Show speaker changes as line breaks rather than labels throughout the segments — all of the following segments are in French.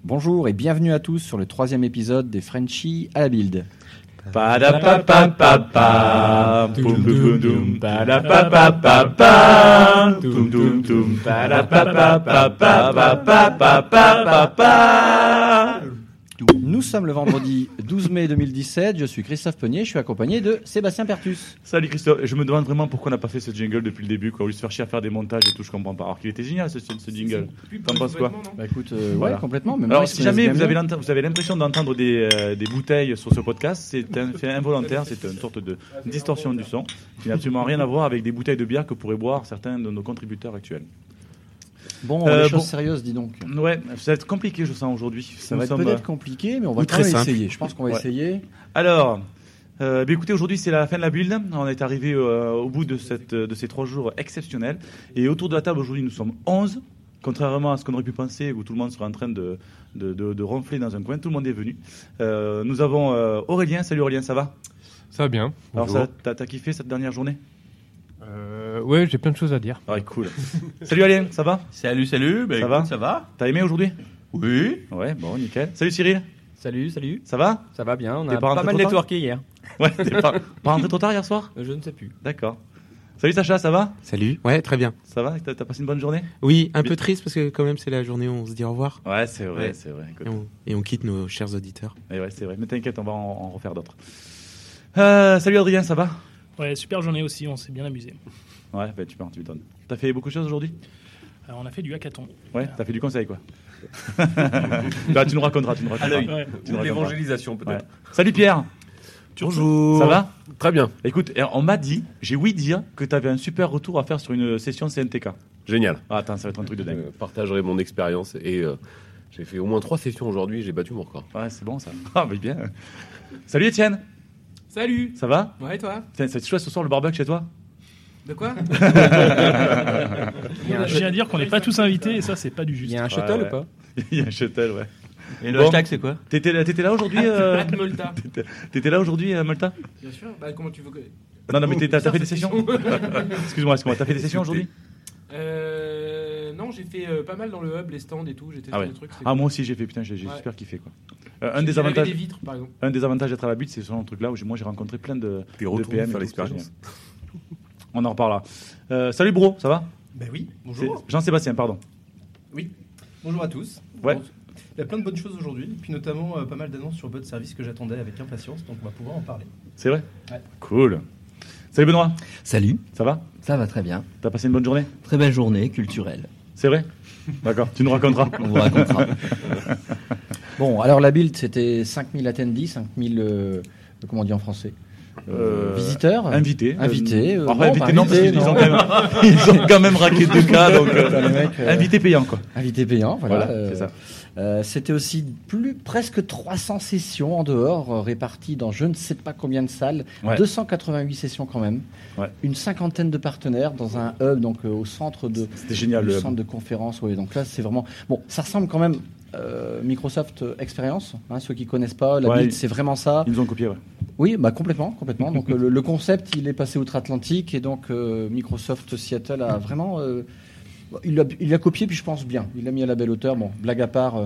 Bonjour et bienvenue à tous sur le troisième épisode des Frenchies à la build.
Padapapapapa, poum poum poum doum, padapapapapa, toum toum toum, padapapapapapapapapapa.
Nous sommes le vendredi 12 mai 2017. Je suis Christophe Peunier. Je suis accompagné de Sébastien Pertus.
Salut Christophe, je me demande vraiment pourquoi on n'a pas fait ce jingle depuis le début, quoi. Au lieu de se faire chier à faire des montages et tout, je comprends pas. Alors qu'il était génial ce, ce jingle. T'en penses quoi
Bah écoute, euh,
Voilà.
ouais, complètement. mais moi,
Alors
ils se
si jamais
connaissent
vous avez
bien
l'ent- vous avez l'impression d'entendre des, euh, des bouteilles sur ce podcast, c'est un- c'est involontaire, c'est une sorte de distorsion du son qui n'a absolument rien à voir avec des bouteilles de bière que pourraient boire certains de nos contributeurs actuels.
mieux. Bon,
Euh,
les choses
bon.
sérieuses, dis donc.
Ouais, ça va être compliqué, je sens aujourd'hui.
Ça
Nous
va être
sommes,
peut-être compliqué, mais on va
ou
quand
très
même
simple.
essayer. Je pense qu'on va
Ouais.
essayer.
Alors, euh, bah écoutez, aujourd'hui c'est la fin de la build. On est arrivé euh, au bout de, cette, de ces trois jours exceptionnels. Et autour de la table aujourd'hui, nous sommes 11. Contrairement à ce qu'on aurait pu penser, où tout le monde serait en train de, de, de- de ronfler dans un coin, tout le monde est venu. Euh, nous avons euh, Aurélien. Salut Aurélien, ça va
Ça va bien.
Alors, ça, t'as- t'as kiffé cette dernière journée
Euh, ouais, j'ai plein de choses à dire.
Ouais, cool. Salut Aurélien, ça va
Salut, salut, bah,
Ça
écoute,
va
ça va
T'as aimé aujourd'hui
Oui.
Ouais, bon, nickel. Salut Cyril,
Salut, salut.
ça va
Ça va bien, on
T'es
a
pas rentré
pas mal
trop tard
networké hier.
Ouais, t'es pas, pas rentré trop tard hier soir
Euh, Je ne sais plus.
D'accord. Salut Sacha, ça va
Salut. Ouais, très bien.
Ça va T'as t'as passé une bonne journée
Oui, un
Bi-
peu triste parce que quand même c'est la journée où on se dit au revoir
Ouais, c'est vrai,
Ouais.
c'est vrai. écoute.
et on, et on quitte nos chers auditeurs.
Et ouais, c'est vrai. Mais t'inquiète, on va en, en refaire d'autres. Euh, salut Adrien, ça va
Ouais, super journée aussi, on s'est bien amusé.
Ouais, bah, tu peux, tu m'étonnes. T'as fait beaucoup de choses aujourd'hui
Alors, Euh, on a fait du hackathon.
Ouais, t'as fait du conseil quoi. Bah, tu nous raconteras, tu nous raconteras.
Ouais.
Tu nous raconteras.
l'évangélisation
Ouais. Salut Pierre,
Bonjour.
ça va
Très bien,
Écoute, eh, on m'a dit, j'ai oui dire que t'avais un super retour à faire sur une session CNTK.
génial.
Ah, attends, ça va être un truc de dingue.
Je partagerai mon expérience et euh, j'ai fait au moins trois sessions aujourd'hui, j'ai battu mon record.
Ouais, c'est bon ça. Ah, mais bien. Salut Étienne,
Salut
ça va
Ouais, et toi
Putain, C'est chouette ce soir le barbecue chez toi
De quoi
Je tiens à dire qu'on n'est pas tous invités et ça, c'est pas du
Il
juste.
y a un shuttle
Ouais,
ou pas
Il y a un shuttle, ouais.
Et le
Bon.
hashtag, c'est quoi
T'étais là, t'étais là aujourd'hui euh,
Matt Molta.
t'étais- T'étais là aujourd'hui, euh, Malta
Bien sûr. Bah, comment tu veux que.
Non, non, mais t'es- t'as t'as fait des
Cette
sessions
question.
Excuse-moi, excuse-moi, t'as fait des sessions aujourd'hui
Euh, Non, j'ai fait euh, pas mal dans le hub, les stands et tout. J'étais
Ah
sur
ouais.
des trucs. c'est
Ah,
cool.
moi aussi j'ai fait, putain, j'ai j'ai
Ouais.
super kiffé quoi. Euh, un,
J'ai
des
lavé
avantages,
des vitres, par exemple.
un des avantages d'être à la butte, c'est ce genre de truc là où j'ai- moi j'ai rencontré plein de,
Puis
de
retourne
PM. et
faire
tout,
l'expérience.
c'est génial. On en reparlera. Euh, salut bro, ça va
Ben oui,
C'est
bonjour.
Jean-Sébastien, pardon.
Bonjour à tous.
Ouais.
Bon, Il y a plein de bonnes choses aujourd'hui, puis notamment euh, pas mal d'annonces sur Bud Service que j'attendais avec impatience, donc on va pouvoir en parler.
C'est vrai
Ouais.
Cool. Salut Benoît,
Salut,
ça va
ça va très bien.
T'as passé une bonne journée
Très belle journée culturelle.
C'est vrai D'accord, tu nous raconteras.
On vous racontera.
Bon, alors la build, c'était 5000 attendees, 5000, euh, comment on dit en français
Euh,
Visiteurs
Invité.
Invité, euh,
Enfin,
bon,
invité,
bah,
non, parce
invité,
qu'ils ils
non.
ont quand même, ils ont quand même raqué deux cas, donc euh,
Putain, les mecs, euh,
invité payant quoi.
Invité payant, voilà.
Voilà, c'est
Euh,
ça.
euh, C'était aussi plus, presque 300 sessions en dehors, euh, réparties dans je ne sais pas combien de salles.
Ouais.
288 sessions quand même.
Ouais.
Une cinquantaine de partenaires dans un hub, donc euh, au centre de,
C'était génial.
du
le-
centre de conférence. ouais. Donc là, c'est vraiment. Bon, ça ressemble quand même. euh, Microsoft euh, Experience, hein, ceux qui connaissent pas, la
Ouais,
build,
il-
c'est vraiment ça.
Ils nous ont copié, ouais.
Oui, bah complètement, complètement. Donc euh, le, le concept, il est passé outre-Atlantique et donc euh, Microsoft Seattle a vraiment, euh, il l'a il l'a copié puis je pense bien. Il l'a mis à la belle hauteur. Bon, blague à part. euh,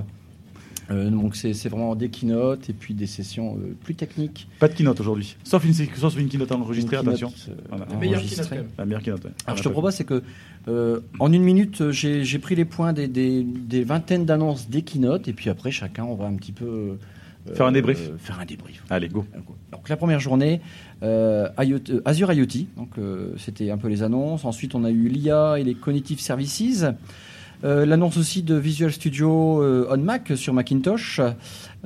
euh, donc c'est c'est vraiment des keynotes et puis des sessions euh, plus techniques.
Pas de keynote aujourd'hui. Sauf une, sauf une keynote enregistrée,
Une keynote,
attention.
euh,
Voilà.
La meilleure
enregistrée.
keynote, quand même.
La meilleure keynote, ouais.
Alors je te propose, c'est que euh, en une minute, euh, j'ai j'ai pris les points des, des- des vingtaines d'annonces des keynotes, et puis après, chacun, on va un petit peu. euh,
Faire un débrief.
euh, faire un débrief.
Allez, go.
Donc la première journée, euh, IoT, euh, Azure IoT, donc euh, c'était un peu les annonces. Ensuite, on a eu l'IA et les Cognitive Services. Euh, L'annonce aussi de Visual Studio euh, on Mac sur Macintosh.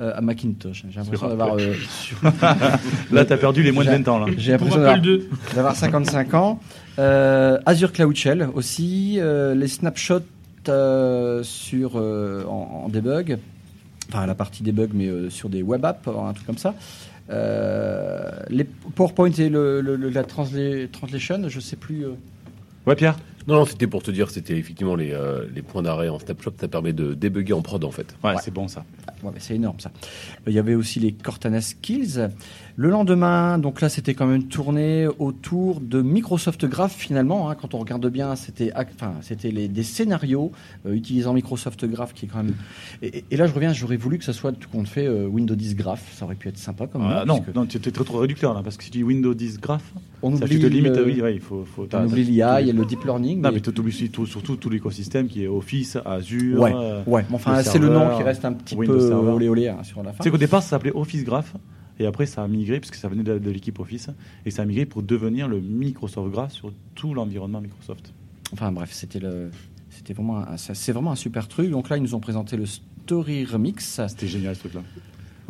Euh, à Macintosh, j'ai l'impression d'avoir euh,
Là, t'as perdu les moins de
J'ai-
20 ans, là.
j'ai
Pour
l'impression d'avoir
Apple 2,
d'avoir 55 ans. Euh, Azure Cloud Shell aussi, euh, les snapshots euh, sur, euh, en, en debug, enfin la partie debug, mais euh, sur des web apps, un truc comme ça. Euh, les PowerPoint et le, le- le- la transla- translation, je sais plus. euh,
Ouais, Pierre
Non, non, c'était pour te dire, c'était effectivement les, euh, les points d'arrêt en Snapshot, ça permet de débugger en prod en fait.
Ouais, c'est bon ça.
Ouais, mais c'est énorme ça. Il y avait aussi les Cortana Skills. Le lendemain, donc là, c'était quand même tourné autour de Microsoft Graph finalement. hein. quand on regarde bien, c'était ac- enfin, c'était les- des scénarios euh, utilisant Microsoft Graph qui est quand même. Et, et- et là, je reviens, j'aurais voulu que ça soit tout compte fait euh, Windows 10 Graph. Ça aurait pu être sympa comme
Ah,
nom,
non,
parce que
non, tu es trop, trop réducteur là, parce que si tu dis Windows 10 Graph,
on
ça
oublie
tu te limites.
le-
Oui, ouais, il faut. faut t'as-
on oublie
t'as-
l'IA, il y a le deep learning.
Non,
mais-
mais tu oublies surtout, surtout tout l'écosystème qui est Office, Azure.
Ouais.
euh,
Ouais, mais enfin,
le
c'est le nom
serveur,
qui reste un petit
Windows
peu
Server.
olé olé hein, sur la fin.
Tu sais qu'au départ, ça s'appelait Office Graph. Et après, ça a migré, puisque ça venait de, de l'équipe Office, et ça a migré pour devenir le Microsoft Graph sur tout l'environnement Microsoft.
Enfin bref, c'était le, c'était vraiment, un- ça- c'est vraiment un super truc. Donc là, ils nous ont présenté le Story Remix.
C'était génial ce truc-là.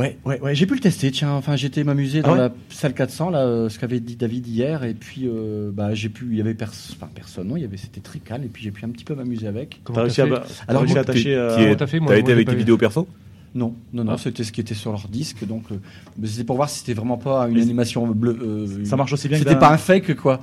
Ouais, ouais, ouais. J'ai pu le tester. Tiens, enfin, j'étais m'amuser dans
Ah ouais
la salle 400, là, euh, ce qu'avait dit David hier, et puis, euh, bah, j'ai pu, il y avait personne, enfin, personne, non, il y avait, c'était très calme, et puis j'ai pu un petit peu m'amuser avec.
T'as réussi à, ba- t'as
Alors,
réussi
moi,
à attacher. euh,
Qui est-
t'as fait, moi,
T'as
moi,
été
j'ai
avec
pas
tes
vu.
vidéos perso
Non, non, non, c'était ce qui était sur leur disque, donc, euh, mais c'était pour voir si c'était vraiment pas une
Mais-
animation bleue. euh,
Ça marche aussi bien que
C'était
d'un-
pas un fake quoi.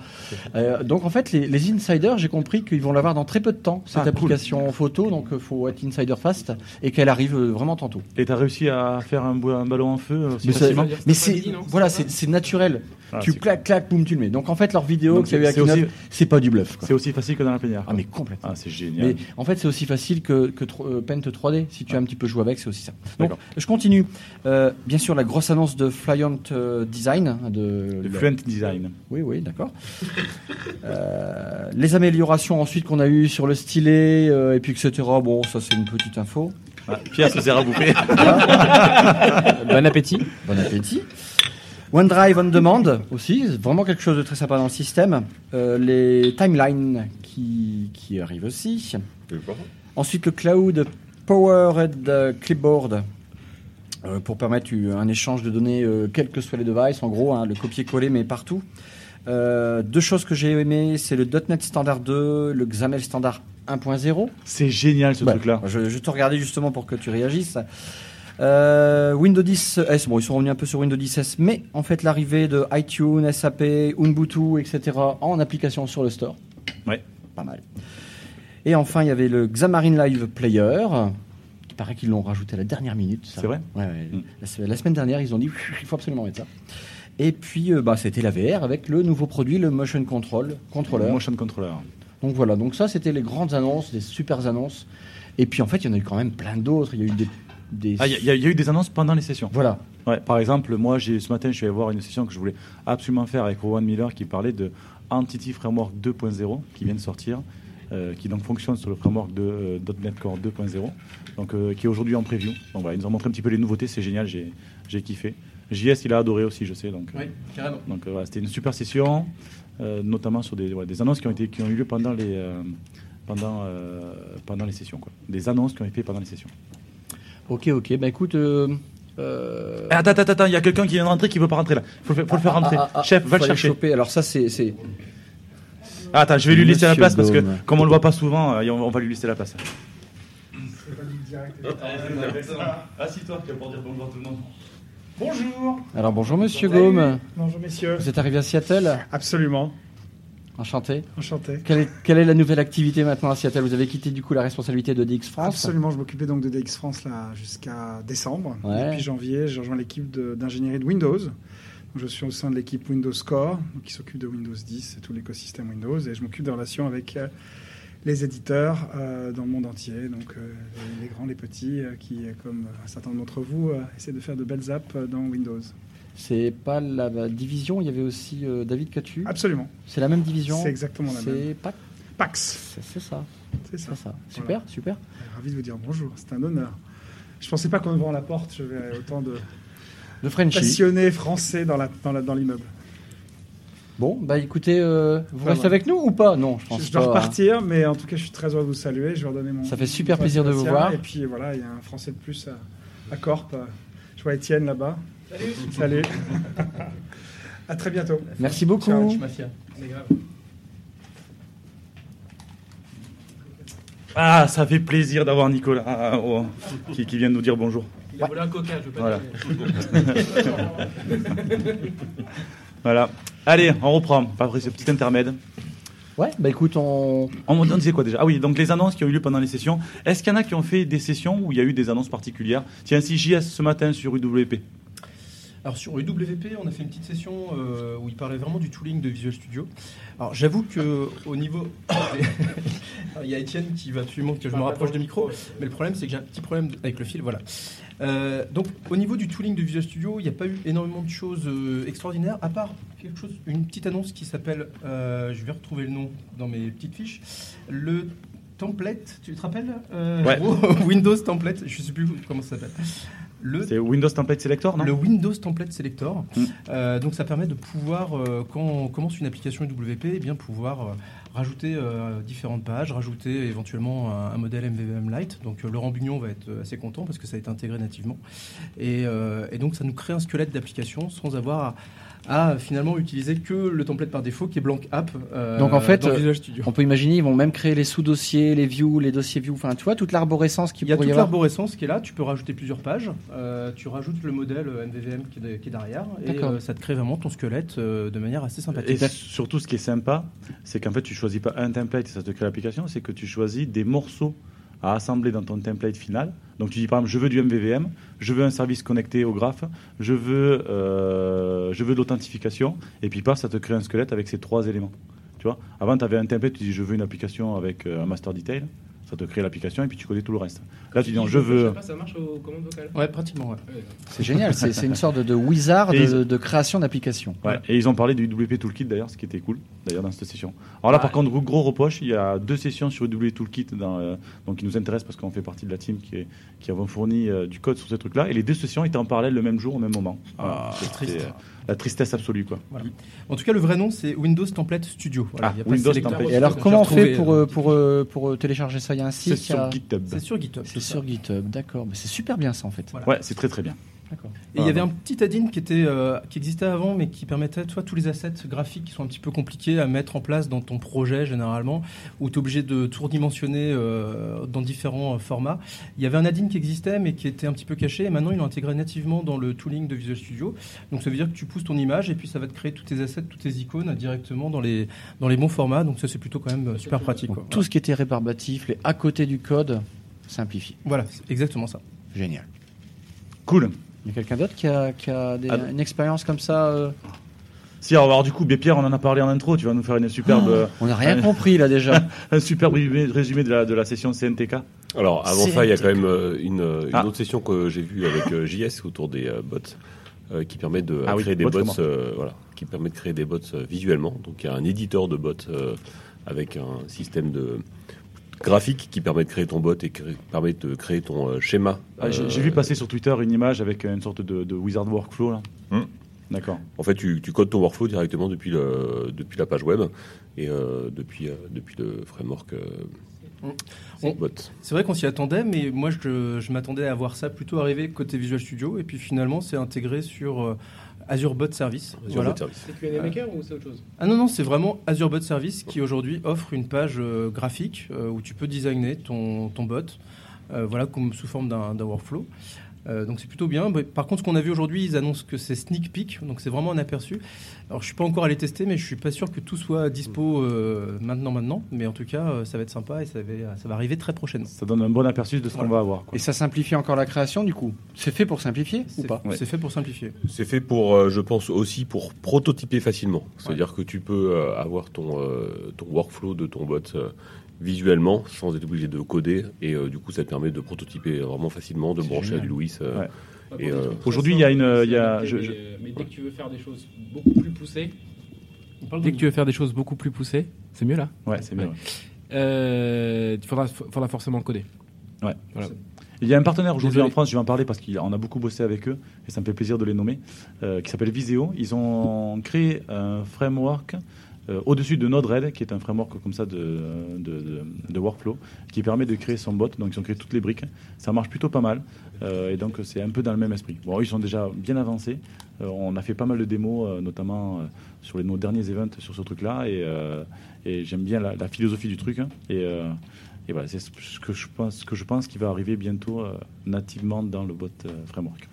Euh, donc en fait les, les insiders, j'ai compris qu'ils vont l'avoir dans très peu de temps cette
Ah, cool.
application photo, donc euh, faut être insider fast et qu'elle arrive euh, vraiment tantôt.
Et t'as réussi à faire un, bou- un ballon en feu aussi
Mais, ça-
facilement
c'est
mais c'est
pas midi, non
voilà,
C'est
c'est c'est naturel.
euh, Ah,
tu
c'est-
claques, claques, boum, tu le mets. Donc en fait leur vidéo
Donc,
qu'il y a eu à
c'est aussi-
Keynote, c'est pas du bluff. quoi.
C'est aussi facile que dans la plénière.
Ah mais complètement.
Ah, c'est génial. Ah.
Mais en fait, c'est aussi facile que, que tro- euh, Paint 3D. Si tu as un petit peu joué avec, c'est aussi ça. Donc,
D'accord.
je continue. Euh, bien sûr, la grosse annonce de Fluent euh, Design, hein, de,
Le
le-
Fluent Design.
Oui, oui, d'accord. Euh, les améliorations ensuite qu'on a eues sur le stylet, euh, et puis etc. Bon, ça c'est une petite info.
Ah, Pierre se sert à bouffer.
Bon appétit.
Bon appétit. OneDrive on demand aussi, c'est vraiment quelque chose de très sympa dans le système. Euh, les timelines qui, qui arrivent aussi. Ensuite, le cloud Powered euh, Clipboard euh, pour permettre euh, un échange de données, euh, quels que soient les devices, en gros, hein, le copier-coller, mais partout. Euh, deux choses que j'ai aimées, c'est le .NET Standard 2, le XAML Standard 1.0.
C'est génial ce
Ouais.
truc-là.
Bah, Je, je te regardais justement pour que tu réagisses. Euh, Windows 10 S, bon, ils sont revenus un peu sur Windows 10 S, mais en fait, l'arrivée de iTunes, SAP, Ubuntu, etc., en application sur le store.
Ouais.
Pas mal. Et enfin, il y avait le Xamarin Live Player, qui paraît qu'ils l'ont rajouté à la dernière minute. ça.
C'est vrai
Ouais, ouais.
Mm.
La, se- la semaine dernière, ils ont dit il faut absolument mettre ça. Et puis, euh, bah, c'était la VR avec le nouveau produit, le Motion Control Controller.
Motion Controller.
Donc voilà, donc ça c'était les grandes annonces, des super annonces. Et puis en fait, il y en a eu quand même plein d'autres. Il y a eu des. des-
Ah, il y, a- il y a il y a eu des annonces pendant les sessions.
Voilà.
Ouais, par exemple, moi, j'ai- ce matin, je suis allé voir une session que je voulais absolument faire avec Rowan Miller qui parlait de Entity Framework 2.0 qui vient de sortir, euh, qui donc fonctionne sur le framework de euh, .NET Core 2.0, donc euh, qui est aujourd'hui en preview. Donc voilà, ils nous ont montré un petit peu les nouveautés, c'est génial, j'ai j'ai kiffé. JS, il a adoré aussi, je sais. Donc, euh,
Oui, carrément.
donc euh, voilà, c'était une super session, euh, notamment sur des, ouais, des annonces qui ont, été, qui ont eu lieu pendant les, euh, pendant, euh, pendant les sessions. Quoi. Des annonces qui ont été faites pendant les sessions.
Ok, ok. Bah écoute. euh, euh,
Eh, Attends, attends, attends, il y a quelqu'un qui vient de rentrer qui veut pas rentrer là. Faut le, fa- faut le faire rentrer.
ah, ah,
Chef, va
faut
le
aller
chercher.
choper. Alors ça, c'est. c'est-
Ah, attends, je vais lui laisser la
Monsieur
place parce que,
Dôme.
comme on le voit pas souvent, euh, on on va lui laisser la place. Ah, Assis-toi, tu vas pour dire bonjour tout le monde.
Bonjour.
Alors bonjour Monsieur Gaume.
Bonjour messieurs.
Vous êtes arrivé à Seattle.
Absolument.
Enchanté.
Enchanté.
Quelle est, quelle est la nouvelle activité maintenant à Seattle Vous avez quitté du coup la responsabilité de DX France.
Absolument, je m'occupais donc de DX France là jusqu'à décembre.
Ouais.
Et puis janvier, j'ai rejoint l'équipe de- d'ingénierie de, Windows. Donc, je suis au sein de l'équipe Windows Core, donc qui s'occupe de Windows 10 et tout l'écosystème Windows. Et je m'occupe des relations avec euh, les éditeurs euh, dans le monde entier, donc euh, les, les grands, les petits, euh, qui, euh, comme euh, certains d'entre vous, euh, essaient de faire de belles apps euh, dans Windows.
C'est pas la, la division. Il y avait aussi euh, David Catu.
Absolument.
C'est la même division.
C'est exactement la même.
C'est pas.
Pax,
C'est c'est ça.
c'est ça.
C'est ça. Super, super.
Ravi de vous dire bonjour, c'est un honneur. Je pensais pas qu'en ouvrant la porte, je verrais autant de
Le Frenchie.
passionnés français dans l'immeuble. La, dans la, dans l'immeuble.
Bon, bah écoutez, euh, vous
Enfin,
restez
voilà.
avec nous ou pas Non, je
je,
pense
je dois
pas. hein.
repartir, mais en tout cas, je suis très heureux de vous saluer. Je vais redonner mon.
Ça fait
mon
super
point à
plaisir de vous
Sébastien.
voir.
Et puis voilà, il y a un français de plus à, à Corp. Je vois Étienne là-bas. Salut. Salut. à très bientôt.
Merci beaucoup.
Ciao,
Mafia.
Ah, ça fait plaisir d'avoir Nicolas ah, oh, qui, qui vient de nous dire bonjour.
Il a volé un coca, je veux pas
Voilà.
dire.
Voilà. Allez, on reprend après ce petit intermède.
Ouais, bah écoute, on.
On on disait quoi déjà Ah oui, donc les annonces qui ont eu lieu pendant les sessions. Est-ce qu'il y en a qui ont fait des sessions où il y a eu des annonces particulières Tiens, si JS ce matin sur UWP.
Alors sur UWP, on a fait une petite session euh, où il parlait vraiment du tooling de Visual Studio. Alors j'avoue que au niveau, Alors, il y a Étienne qui va absolument que je me rapproche de micro, mais le problème c'est que j'ai un petit problème de- avec le fil, voilà. Euh, donc au niveau du tooling de Visual Studio, il n'y a pas eu énormément de choses euh, extraordinaires, à part quelque chose, une petite annonce qui s'appelle, euh, je vais retrouver le nom dans mes petites fiches, le template, tu te rappelles euh,
Ouais.
Gros, Windows template, je ne sais plus comment ça s'appelle. Le
C'est Windows Template Selector, non
le Windows Template Selector.
Mm.
Euh, donc ça permet de pouvoir, euh, quand on commence une application UWP, eh bien pouvoir euh, rajouter euh, différentes pages, rajouter éventuellement un, un modèle MVVM Lite. Donc euh, Laurent Bugnon va être euh, assez content parce que ça est intégré nativement. Et, euh, et donc ça nous crée un squelette d'application sans avoir à, à finalement utiliser que le template par défaut qui est Blank App. euh,
Donc, en fait,
dans
euh,
Visual Studio.
On peut imaginer, ils vont même créer les sous-dossiers, les views, les dossiers views, enfin, tu vois, toute l'arborescence qu'il
Il y a
pourrait
toute
y avoir.
l'arborescence qui est là, tu peux rajouter plusieurs pages, euh, tu rajoutes le modèle euh, MVVM qui est, de- qui est derrière, et
D'accord.
euh, ça te crée vraiment ton squelette euh, de manière assez sympathique.
Et surtout, ce qui est sympa, c'est qu'en fait, tu choisis pas un template et ça te crée l'application, c'est que tu choisis des morceaux à assembler dans ton template final. Donc, tu dis par exemple, je veux du MVVM, je veux un service connecté au graphe, je veux, euh, je veux de l'authentification, et puis paf, ça te crée un squelette avec ces trois éléments. Tu vois Avant, tu avais un template, tu dis je veux une application avec euh, un master detail, ça te crée l'application et puis tu connais tout le reste. Là, tu dis non, je veux.
sais pas, ça marche aux commandes vocales.
Ouais, pratiquement, ouais.
C'est génial, c'est c'est une sorte de wizard
Et ils-
de, de création d'application.
Ouais, Et ils ont parlé du UWP Toolkit d'ailleurs, ce qui était cool d'ailleurs dans cette session. Alors là, par contre, gros- gros reproche, il y a deux sessions sur UWP Toolkit dans, euh, donc qui nous intéressent parce qu'on fait partie de la team qui, est, qui avons fourni euh, du code sur ces trucs-là. Et les deux sessions étaient en parallèle le même jour, au même moment.
Ah,
C'était,
c'est triste.
euh, la tristesse absolue quoi.
En tout cas, le vrai nom, c'est Windows Template Studio. Voilà,
Ah,
il y a
Windows
pas de sélecteur.
Template.
Et alors,
J'ai
comment on fait
retrouvé,
pour,
euh,
euh, pour, euh, pour, euh, télécharger ça Il y a un site il
C'est
y
sur
a-
GitHub.
C'est sur GitHub.
C'est sur GitHub, d'accord. Mais c'est super bien ça en fait.
Voilà.
Ouais, c'est très très bien.
Et il y avait un petit add-in qui, était, euh, qui existait avant, mais qui permettait, tu vois, tous les assets graphiques qui sont un petit peu compliqués à mettre en place dans ton projet, généralement, où tu es obligé de tout redimensionner euh, dans différents euh, formats. Il y avait un add-in qui existait, mais qui était un petit peu caché, et maintenant, ils l'ont intégré nativement dans le tooling de Visual Studio. Donc, ça veut dire que tu pousses ton image, et puis ça va te créer tous tes assets, toutes tes icônes euh, directement dans les, dans les bons formats. Donc, ça, c'est plutôt quand même euh, super pratique.
Donc,
quoi.
tout ce qui était rébarbatif, les à côté du code, simplifié.
Voilà, c'est exactement ça.
Génial.
Cool.
Il y a quelqu'un d'autre qui a, qui a des-
Ah.
une expérience comme ça euh,
Si alors, alors, du coup, bien, Pierre, on en a parlé en intro. Tu vas nous faire une superbe, euh,
Oh, On n'a rien
Ah.
compris là déjà.
un superbe résumé résumé de la, de la session CNTK.
Alors, avant
C'est
ça, il y a
un
quand même euh, une, euh, une
Ah.
autre session que j'ai vue avec euh, JS autour des euh, bots euh, qui permet de
Ah oui,
créer des
bots,
bots,
comment
euh, voilà, qui permet de créer des bots euh, visuellement. Donc, il y a un éditeur de bots euh, avec un système de graphique qui permet de créer ton bot et cré- permet de créer ton euh, schéma.
Ah, j'ai,
Euh,
j'ai vu passer sur Twitter une image avec une sorte de, de wizard workflow là.
Hmm.
D'accord.
En fait, tu, tu codes ton workflow directement depuis, le, depuis la page web et euh, depuis, euh, depuis le framework euh,
Hmm.
On-
bot.
C'est vrai qu'on s'y attendait, mais moi je, je m'attendais à voir ça plutôt arriver côté Visual Studio, et puis finalement c'est intégré sur euh, Azure Bot Service.
sur
voilà.
votre service.
C'est QA Maker ou c'est autre chose
Ah non, non, c'est vraiment Azure Bot Service qui aujourd'hui offre une page euh, graphique euh, où tu peux designer ton, ton bot, euh, voilà, comme sous forme d'un d'un workflow. Euh, donc c'est plutôt bien. Bah, Par contre, ce qu'on a vu aujourd'hui, ils annoncent que c'est sneak peek, donc c'est vraiment un aperçu. Alors je suis pas encore allé tester, mais je suis pas sûr que tout soit dispo euh, maintenant, maintenant. Mais en tout cas, euh, ça va être sympa et ça va, ça va arriver très prochainement.
Ça donne un bon aperçu de ce qu'on
Voilà.
va avoir. quoi.
Et ça simplifie encore la création du coup C'est fait pour simplifier ou
C'est
pas
Ouais.
c'est fait pour simplifier.
C'est fait pour, euh, je pense aussi pour prototyper facilement. C'est-à-dire que tu peux euh, avoir ton, euh, ton workflow de ton bot euh, visuellement sans être obligé de coder. Et euh, du coup, ça te permet de prototyper vraiment facilement, de
C'est
brancher
génial.
à du Louis. euh,
Ouais.
Pas pour
Et,
des
euh,
trucs très
aujourd'hui, il y a
simples,
une,
c'est
il y a-
adapté,
je-
mais,
je-
euh, Mais dès que tu veux faire des choses beaucoup plus poussées,
Dès que tu veux faire des choses beaucoup plus poussées, c'est mieux là.
Ouais, c'est bien.
Ouais. Euh, Il faudra, faudra forcément coder.
Il y a un partenaire aujourd'hui
Désolé.
en France, je vais en parler parce qu'on a beaucoup bossé avec eux et ça me fait plaisir de les nommer, euh, qui s'appelle Viséo. Ils ont créé un framework euh, au-dessus de Node-RED, qui est un framework comme ça de, de, de- de workflow, qui permet de créer son bot. Donc ils ont créé toutes les briques. Ça marche plutôt pas mal euh, et donc c'est un peu dans le même esprit. Bon, ils sont déjà bien avancés. Euh, on a fait pas mal de démos, euh, notamment euh, sur les, nos derniers events sur ce truc-là et, euh, et j'aime bien la, la philosophie du truc. hein. et. euh, et voilà, c'est ce que je pense, ce que je pense qui va arriver bientôt euh, nativement dans le bot euh, framework.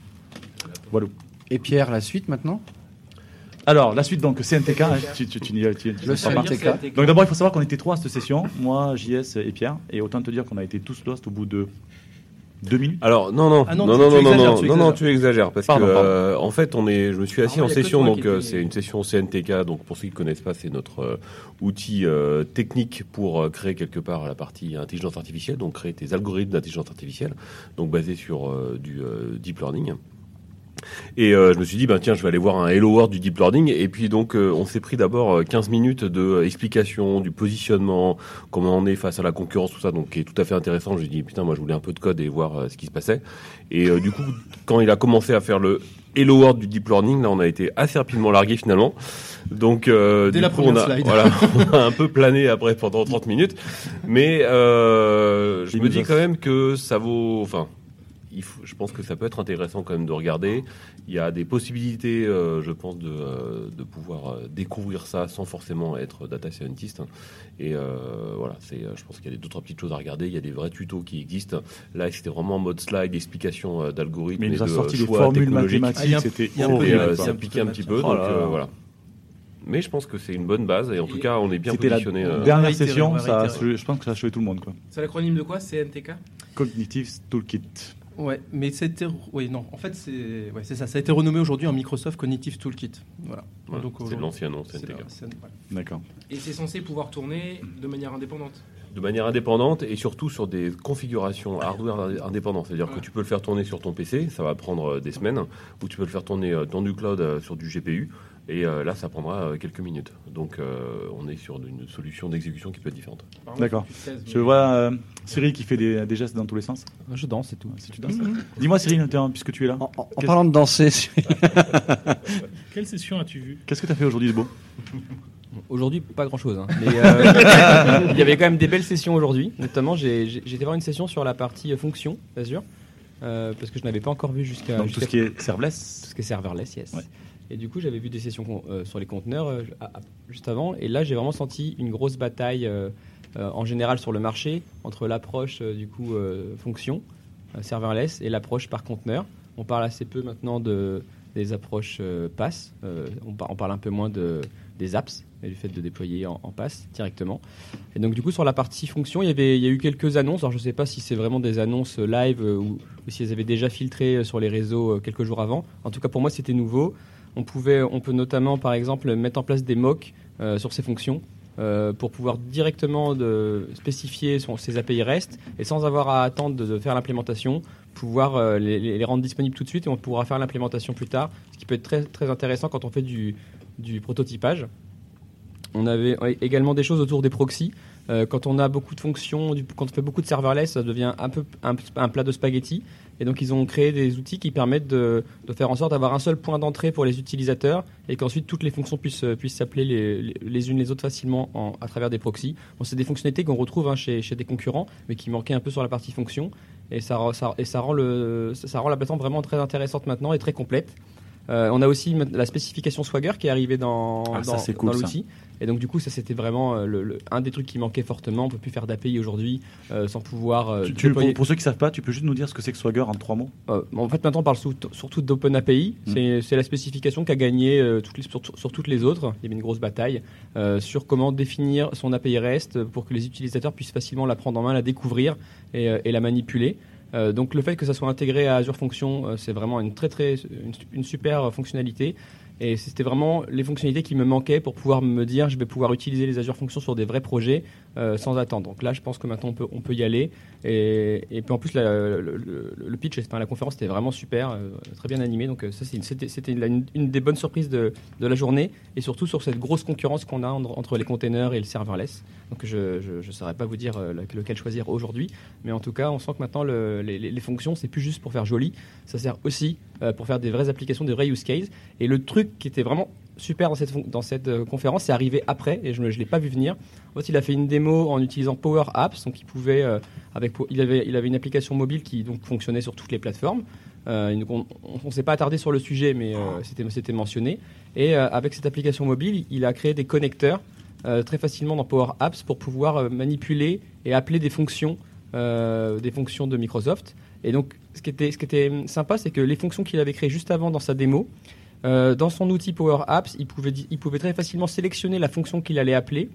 Voilà.
Et Pierre, la suite maintenant
Alors, la suite, donc, CNTK. hein, tu, tu, tu n'y- tu- tu
Le
ne seras pas.
CNTK.
Donc, d'abord, il faut savoir qu'on était trois à cette session. Moi, JS et Pierre. Et autant te dire qu'on a été tous lost au bout de deux minutes.
Alors non non
Ah non,
non non non
tu- tu
non
exagères,
non
tu
non, non,
exagères.
tu exagères parce
Pardon,
que
pardon.
euh, en fait on est je me suis assis
Ah ouais,
en
il y a que
session
toi
donc
qui
euh,
étais-
c'est une session CNTK donc pour ceux qui connaissent pas c'est notre euh, outil euh, technique pour euh, créer quelque part la partie intelligence artificielle donc créer des algorithmes d'intelligence artificielle donc basés sur euh, du euh, deep learning. Et euh, je me suis dit, ben tiens, je vais aller voir un Hello World du Deep Learning. Et puis donc, euh, on s'est pris d'abord euh, 15 minutes de euh, explication, du positionnement, comment on est face à la concurrence, tout ça, donc qui est tout à fait intéressant. J'ai dit, putain, moi, je voulais un peu de code et voir euh, ce qui se passait. Et euh, du coup, quand il a commencé à faire le Hello World du Deep Learning, là, on a été assez rapidement largué finalement. Donc, euh,
Dès
du
la
coup,
première
on a,
slide.
voilà, on a un peu plané après pendant 30 minutes. Mais euh, je me dis quand même que ça vaut. Enfin, il faut- je pense que ça peut être intéressant quand même de regarder. Il y a des possibilités, euh, je pense, de, euh, de pouvoir euh, découvrir ça sans forcément être data scientist. hein. Et euh, voilà, c'est, euh, je pense qu'il y a des- d'autres petites choses à regarder. Il y a des vrais tutos qui existent. Là, c'était vraiment en mode slide, explication euh, d'algorithmes.
Mais il
et
nous a
de, euh,
sorti des
choix
formules
technologiques.
mathématiques, Ah, il y a un- c'était
Et,
il y a un peu de
euh,
maths, il y a
ça
un peu de
piquait un petit peu.
maths. Oh
donc,
là
euh,
là.
voilà. Mais je pense que c'est une bonne base et en tout cas, on est bien
C'était la
positionné. euh,
dernière
réitérer, on
session.
va
Ça, a
réitérer.
sauvé- je pense que ça a sauvé tout le monde. Quoi.
C'est l'acronyme de quoi CNTK
Cognitive Toolkit.
Ouais, mais c'était. Oui, non, en fait, c'est ouais, c'est ça. Ça a été renommé aujourd'hui en Microsoft Cognitive Toolkit. Voilà.
Voilà, c'est
aujourd'hui,
l'ancien nom,
c'est
CNTK.
la- c'est- voilà.
D'accord.
Et c'est censé pouvoir tourner de manière indépendante.
de manière indépendante et surtout sur des configurations hardware indé- indépendantes. C'est-à-dire que tu peux le faire tourner sur ton PC, ça va prendre euh, des semaines, ou tu peux le faire tourner euh, dans du cloud euh, sur du GPU, et euh, là ça prendra euh, quelques minutes. Donc euh, on est sur une solution d'exécution qui peut être différente.
D'accord. Je vois euh, Cyril qui fait des, des gestes dans tous les sens.
Ah, Je danse, c'est tout.
Si tu danses. Dis-moi, Cyril, t'es un- puisque tu es là.
En parlant de danser,
Quelle session as-tu vue
Qu'est-ce que t'as fait aujourd'hui de beau
Aujourd'hui, pas grand-chose. hein. Mais euh, il y avait quand même des belles sessions aujourd'hui. Notamment, j'ai j'ai- j'ai été voir une session sur la partie euh, fonction d'Azure, euh, parce que je n'avais pas encore vu jusqu'à.
Donc tout
jusqu'à-
ce qui est serverless.
Tout ce qui est serverless, yes. Et du coup, j'avais vu des sessions con- euh, sur les conteneurs euh, à- à- juste avant, et là, j'ai vraiment senti une grosse bataille euh, euh, en général sur le marché entre l'approche euh, du coup euh, fonction euh, serverless et l'approche par conteneur. On parle assez peu maintenant de des approches euh, pass. Euh, on, par- on parle un peu moins de des apps et du fait de déployer en, en pass directement. Et donc du coup sur la partie fonction, il y avait il y a eu quelques annonces. Alors je ne sais pas si c'est vraiment des annonces euh, live euh, ou, ou si elles avaient déjà filtré euh, sur les réseaux euh, quelques jours avant. En tout cas pour moi c'était nouveau. On pouvait on peut notamment par exemple mettre en place des mocks euh, sur ces fonctions euh, pour pouvoir directement de spécifier son, ses API REST et sans avoir à attendre de, de faire l'implémentation, pouvoir euh, les, les- les rendre disponibles tout de suite et on pourra faire l'implémentation plus tard, ce qui peut être très, très intéressant quand on fait du, du prototypage. On avait ouais, également des choses autour des proxys. Euh, quand on a beaucoup de fonctions, du- quand on fait beaucoup de serverless, ça devient un peu un, un plat de spaghettis. Et donc ils ont créé des outils qui permettent de, de faire en sorte d'avoir un seul point d'entrée pour les utilisateurs et qu'ensuite toutes les fonctions puissent euh, puissent s'appeler les, les- les unes les autres facilement en- à travers des proxys. Bon, c'est des fonctionnalités qu'on retrouve hein, chez, chez des concurrents, mais qui manquaient un peu sur la partie fonction. Et ça, rend- ça- et ça rend le ça, ça rend la plateforme vraiment très intéressante maintenant et très complète. Euh, on a aussi ma- la spécification Swagger qui est arrivée dans,
Ah, ça,
dans-
c'est cool,
dans
ça.
l'outil. Et donc du coup, ça c'était vraiment euh, le- le- un des trucs qui manquait fortement. On peut plus faire d'API aujourd'hui euh, sans pouvoir. euh,
Tu- tu- pour,
déployer-
pour ceux qui savent pas, tu peux juste nous dire ce que c'est que Swagger en trois mots
euh, en fait, maintenant, on parle sous- surtout d'OpenAPI.
Mm.
C'est- C'est la spécification qu'a gagné euh, toutes les- sur, sur toutes les autres. Il y avait une grosse bataille euh, sur comment définir son API REST pour que les utilisateurs puissent facilement la prendre en main, la découvrir et, euh, et la manipuler. Euh, donc, le fait que ça soit intégré à Azure Function, euh, c'est vraiment une très très une, une super euh, fonctionnalité. Et c'était vraiment les fonctionnalités qui me manquaient pour pouvoir me dire je vais pouvoir utiliser les Azure Functions sur des vrais projets euh, sans attendre. Donc là, je pense que maintenant on peut, on peut y aller. Et, et puis en plus, la- le, le- le pitch, enfin, la conférence était vraiment super, euh, très bien animée. Donc euh, ça, c'est une- c'était c'était la- une, une des bonnes surprises de, de la journée. Et surtout sur cette grosse concurrence qu'on a en- entre les containers et le serverless. Donc je ne saurais pas vous dire euh, la- lequel choisir aujourd'hui. Mais en tout cas, on sent que maintenant, le- les, les- les fonctions, c'est plus juste pour faire joli. Ça sert aussi euh, pour faire des vraies applications, des vrais use cases. Et le truc qui était vraiment super dans cette, fon- dans cette euh, conférence, c'est arrivé après, et je ne l'ai pas vu venir. En fait, il a fait une démo en utilisant Power Apps, donc il pouvait, euh, avec, po- il avait, il avait une application mobile qui donc fonctionnait sur toutes les plateformes. Euh, et donc, on ne s'est pas attardé sur le sujet, mais euh, c'était- c'était mentionné. Et euh, avec cette application mobile, il a créé des connecteurs euh, très facilement dans Power Apps pour pouvoir euh, manipuler et appeler des fonctions, euh, des fonctions de Microsoft. Et donc, ce qui était, ce qui était hum, sympa, c'est que les fonctions qu'il avait créées juste avant dans sa démo, Euh, dans son outil Power Apps, il pouvait, di- il pouvait très facilement sélectionner la fonction qu'il allait appeler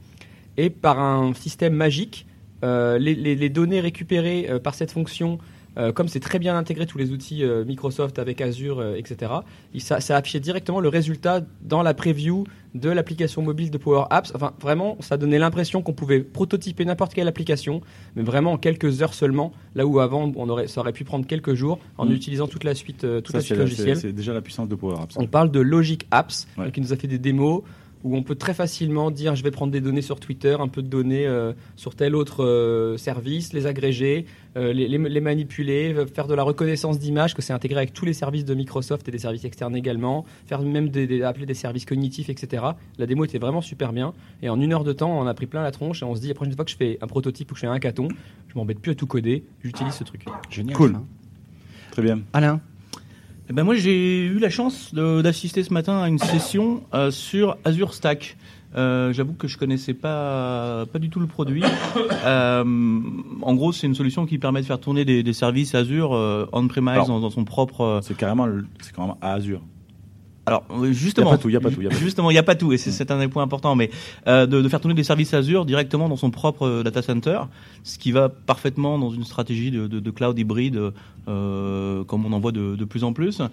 et par un système magique, euh, les, les- les données récupérées euh, par cette fonction, euh, comme c'est très bien intégré tous les outils euh, Microsoft avec Azure, euh, etc., il- ça, ça affichait directement le résultat dans la preview de l'application mobile de Power Apps. Enfin, vraiment, ça donnait l'impression qu'on pouvait prototyper n'importe quelle application, mais vraiment en quelques heures seulement, là où avant, on aurait, ça aurait pu prendre quelques jours en
Mm.
utilisant toute la suite, euh, toute
Ça,
la
c'est
suite
la-
logicielle.
c'est- c'est déjà la puissance de Power Apps.
On parle de Logic Apps,
Ouais.
donc qui nous a fait des démos où on peut très facilement dire je vais prendre des données sur Twitter, un peu de données euh, sur tel autre euh, service, les agréger, euh, les, les- les manipuler, euh, faire de la reconnaissance d'images, que c'est intégré avec tous les services de Microsoft et des services externes également, faire même des, des- appeler des services cognitifs, etc. La démo était vraiment super bien, et en une heure de temps, on en a pris plein la tronche, et on se dit la prochaine fois que je fais un prototype ou que je fais un hackathon, je m'embête plus à tout coder, j'utilise ce truc.
Génial.
Cool. Hein. Très bien.
Alain eh ben moi j'ai eu la chance de- d'assister ce matin à une session euh, sur Azure Stack. Euh, J'avoue que je connaissais pas pas du tout le produit. Euh, en gros, c'est une solution qui permet de faire tourner des, des services Azure euh, on-premise
Alors,
dans, dans son propre. euh,
C'est carrément le- c'est carrément à Azure.
Alors euh, justement,
Y a pas tout, y a pas tout, Mm. y a pas tout.
justement, il n'y a pas tout, et c'est c'est un des points importants, mais euh, de, de faire tourner des services Azure directement dans son propre euh, data center, ce qui va parfaitement dans une stratégie de, de- de cloud hybride, euh, comme on en voit de, de plus en plus.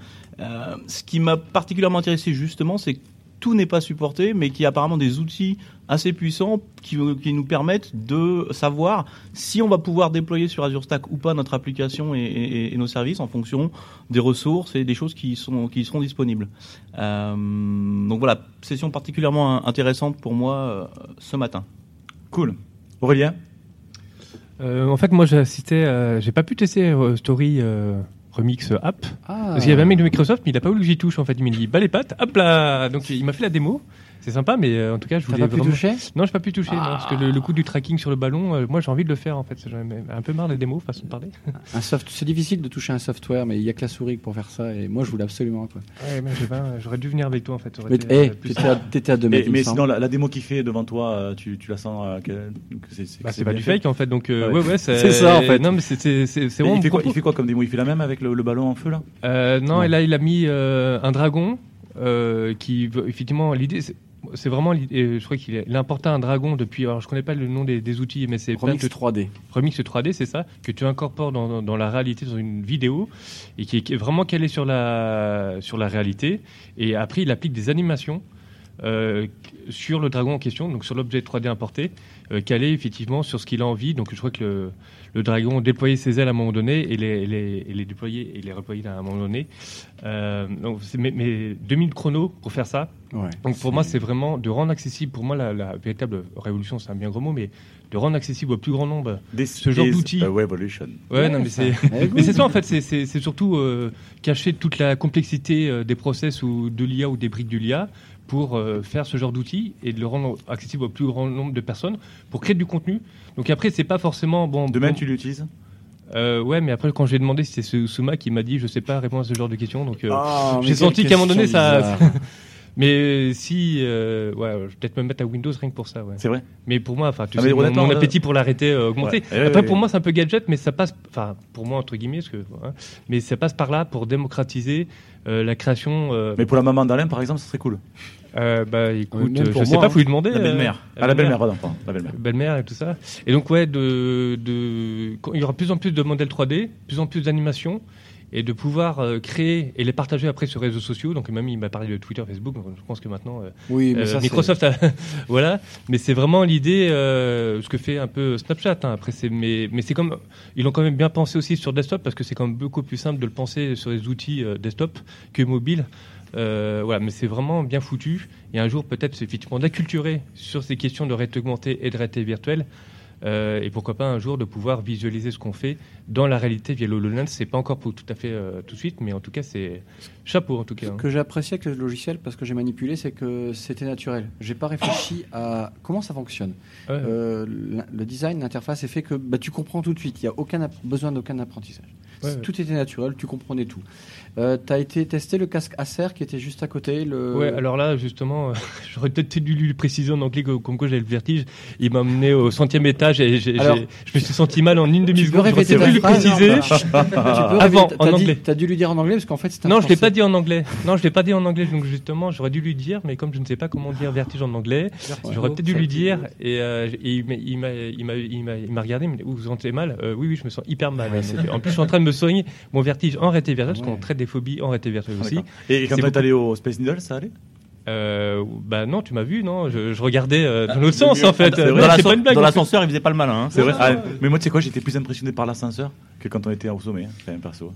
Euh, ce qui m'a particulièrement intéressé justement, c'est que tout n'est pas supporté, mais qu'il y a apparemment des outils assez puissants qui, qui nous permettent de savoir si on va pouvoir déployer sur Azure Stack ou pas notre application et, et- et nos services en fonction des ressources et des choses qui, sont, qui seront disponibles. Euh, donc voilà, session particulièrement in- intéressante pour moi euh, ce matin.
Cool. Aurélien
Euh, en fait, moi, j'ai assisté. euh, j'ai pas pu tester euh, Story euh, Remix App. Parce qu'il y avait un mec de Microsoft, mais il a pas voulu que j'y touche. En fait, il m'a dit, bah les pattes, hop là Donc, il m'a fait la démo. C'est sympa, mais euh, en tout cas, je
T'as
voulais.
pas pu
vraiment-
toucher
Non, j'ai pas pu toucher. Ah. non, parce que le, le coup du tracking sur le ballon, euh, moi, j'ai envie de le faire, en fait. J'en ai un peu marre des démos, façon de parler.
Un soft, c'est difficile de toucher un software, mais il y a que la souris pour faire ça. Et moi, je voulais absolument quoi.
Ouais, mais j'ai pas- j'aurais dû venir avec toi, en fait. ça aurait
Mais
été,
hey,
euh, plus
t'étais
simple.
à- t'étais à deux mètres,
Et-
il me
Eh, Mais
semble.
sinon, la, la démo qui fait devant toi, euh, tu, tu la sens. euh, que- que c'est- c'est
Bah,
que
c'est pas
bien
du
fait.
fake, en fait, donc, euh, ouais, ouais, c'est-
c'est ça en fait.
non, mais c'est- c'est- c'est- c'est
Mais
vraiment
Il fait, quoi,
propos.
il fait quoi comme démo Il fait la même avec le, le ballon en feu là
Euh, non,
Non.
et là, il a mis euh, un dragon euh, qui, veut- effectivement, l'idée, c'est- c'est vraiment, l'idée- euh, je crois qu'il a- il a importé un dragon depuis, alors je connais pas le nom des, des outils, mais c'est
Remix
plein de-
3D.
Remix 3D, c'est ça, que tu incorpores dans, dans- dans la réalité, dans une vidéo, et qui est, qui est vraiment calé sur la, sur la réalité. Et après, il applique des animations euh, sur le dragon en question, donc sur l'objet 3D importé, euh, calé effectivement sur ce qu'il a envie. Donc je crois que le, le dragon déployait ses ailes à un moment donné et les, les, et les déployait et les reployait à un moment donné. Euh, donc c'est mes, mes 2000 chronos pour faire ça.
Ouais.
donc pour moi, c'est vraiment de rendre accessible, pour moi la, la véritable révolution, c'est un bien gros mot, mais de rendre accessible au plus grand nombre ce genre
Is
d'outils.
a revolution.
Ouais, non, mais c'est mais c'est ça en fait, c'est- c'est c'est surtout euh, cacher toute la complexité euh, des process ou de l'IA ou des briques de l'IA pour euh, faire ce genre d'outils et de le rendre accessible au plus grand nombre de personnes pour créer du contenu. Donc après, c'est pas forcément bon.
Demain,
bon-
tu l'utilises
Euh, ouais, mais après, quand j'ai demandé, c'était ce- Souma qui m'a dit, je sais pas répondre à ce genre de questions. Donc euh,
Ah, mais
j'ai senti
quelle
qu'à un moment donné,
question
ça.
bizarre.
mais si, euh, ouais, je vais peut-être me mettre à Windows rien que pour ça. Ouais.
C'est vrai.
Mais pour moi, enfin, tu
Ah,
sais,
mais
mon,
honnêtement,
mon
là-
appétit pour l'arrêter a augmenté.
Ouais. Eh oui,
Après,
oui,
pour
oui.
moi, c'est un peu gadget, mais ça passe, enfin, pour moi entre guillemets, parce que, hein, mais ça passe par là pour démocratiser euh, la création. euh,
Mais pour la maman d'Alain, par exemple, ce serait cool.
euh, bah écoute,
même
euh,
pour
je sais
moi,
pas,
hein.
faut lui demander.
La
euh,
belle-mère. Ah, la belle-mère, pardon, pardon, la belle-mère.
Belle-mère et tout ça. Et donc, ouais, de, de, quand il y aura de plus en plus de modèles 3D, plus en plus d'animations, et de pouvoir euh, créer et les partager après sur les réseaux sociaux. Donc, même, il m'a parlé de Twitter, Facebook, donc je pense que maintenant, euh,
Oui, mais
euh,
ça, c'est-
Microsoft, a- voilà. Mais c'est vraiment l'idée, euh, ce que fait un peu Snapchat. hein. Après, c'est, mais, mais c'est comme, ils l'ont quand même bien pensé aussi sur desktop, parce que c'est quand même beaucoup plus simple de le penser sur les outils euh, desktop que mobile. Euh, voilà, mais c'est vraiment bien foutu. Et un jour, peut-être, c'est effectivement d'acculturer sur ces questions de réalité augmentée et de réalité virtuelle. Euh, et pourquoi pas un jour de pouvoir visualiser ce qu'on fait dans la réalité via l'HoloLens. C'est pas encore pour tout à fait euh, tout de suite, mais en tout cas, c'est chapeau en tout cas.
Ce
hein.
que j'ai apprécié avec le logiciel, parce que j'ai manipulé, c'est que c'était naturel. J'ai pas réfléchi à comment ça fonctionne.
Ouais.
Euh, le- le design, l'interface est fait que bah, tu comprends tout de suite. Il n'y a aucun app- besoin d'aucun apprentissage.
Ouais, ouais.
Tout était naturel, tu comprenais tout. Euh, tu as été testé le casque Acer qui était juste à côté. Le...
Ouais, alors là, justement, euh, j'aurais peut-être dû lui préciser en anglais que- comme quoi j'avais le vertige. Il m'a amené au centième étage et j'ai-
Alors,
j'ai- je me suis senti mal en une
Tu peux
demi-seconde. J'aurais
répéter ta
dû le
phrase hein,
préciser
Tu peux répéter-
avant,
t'as
en
dit-
anglais.
T'as dû lui dire en anglais parce qu'en fait, c'est un
Non, je l'ai
français.
pas dit en anglais. Non, je l'ai pas dit en anglais. Donc justement, j'aurais dû lui dire, mais comme je ne sais pas comment dire vertige en anglais,
Vertigo,
j'aurais peut-être dû lui
vertigo.
dire. Et, euh, et il m'a- il m'a- il m'a- il m'a il m'a regardé, il m'a dit, Ouh, vous vous sentez mal Euh, Oui, oui, je me sens hyper mal. Donc, en plus, je suis en train de me soigner mon vertige en rétévertèbre, parce qu'on traite des phobies en rétévertèbre aussi.
D'accord. Et quand
C'est
t'es
beaucoup-
allé au Space Needle, ça allait
euh, bah non, tu m'as vu, non je, je regardais euh, dans
Ah,
l'autre
c'est
sens
mieux.
en fait.
Ah, c'est
Euh,
vrai.
non,
Dans
c'est pas
l'ascen-
une blague,
dans
parce que-
l'ascenseur, il faisait pas le malin, hein. C'est vrai.
Non,
Ah,
non, non.
mais moi, tu sais quoi, j'étais plus impressionné par l'ascenseur que quand on était au sommet, hein, enfin, perso.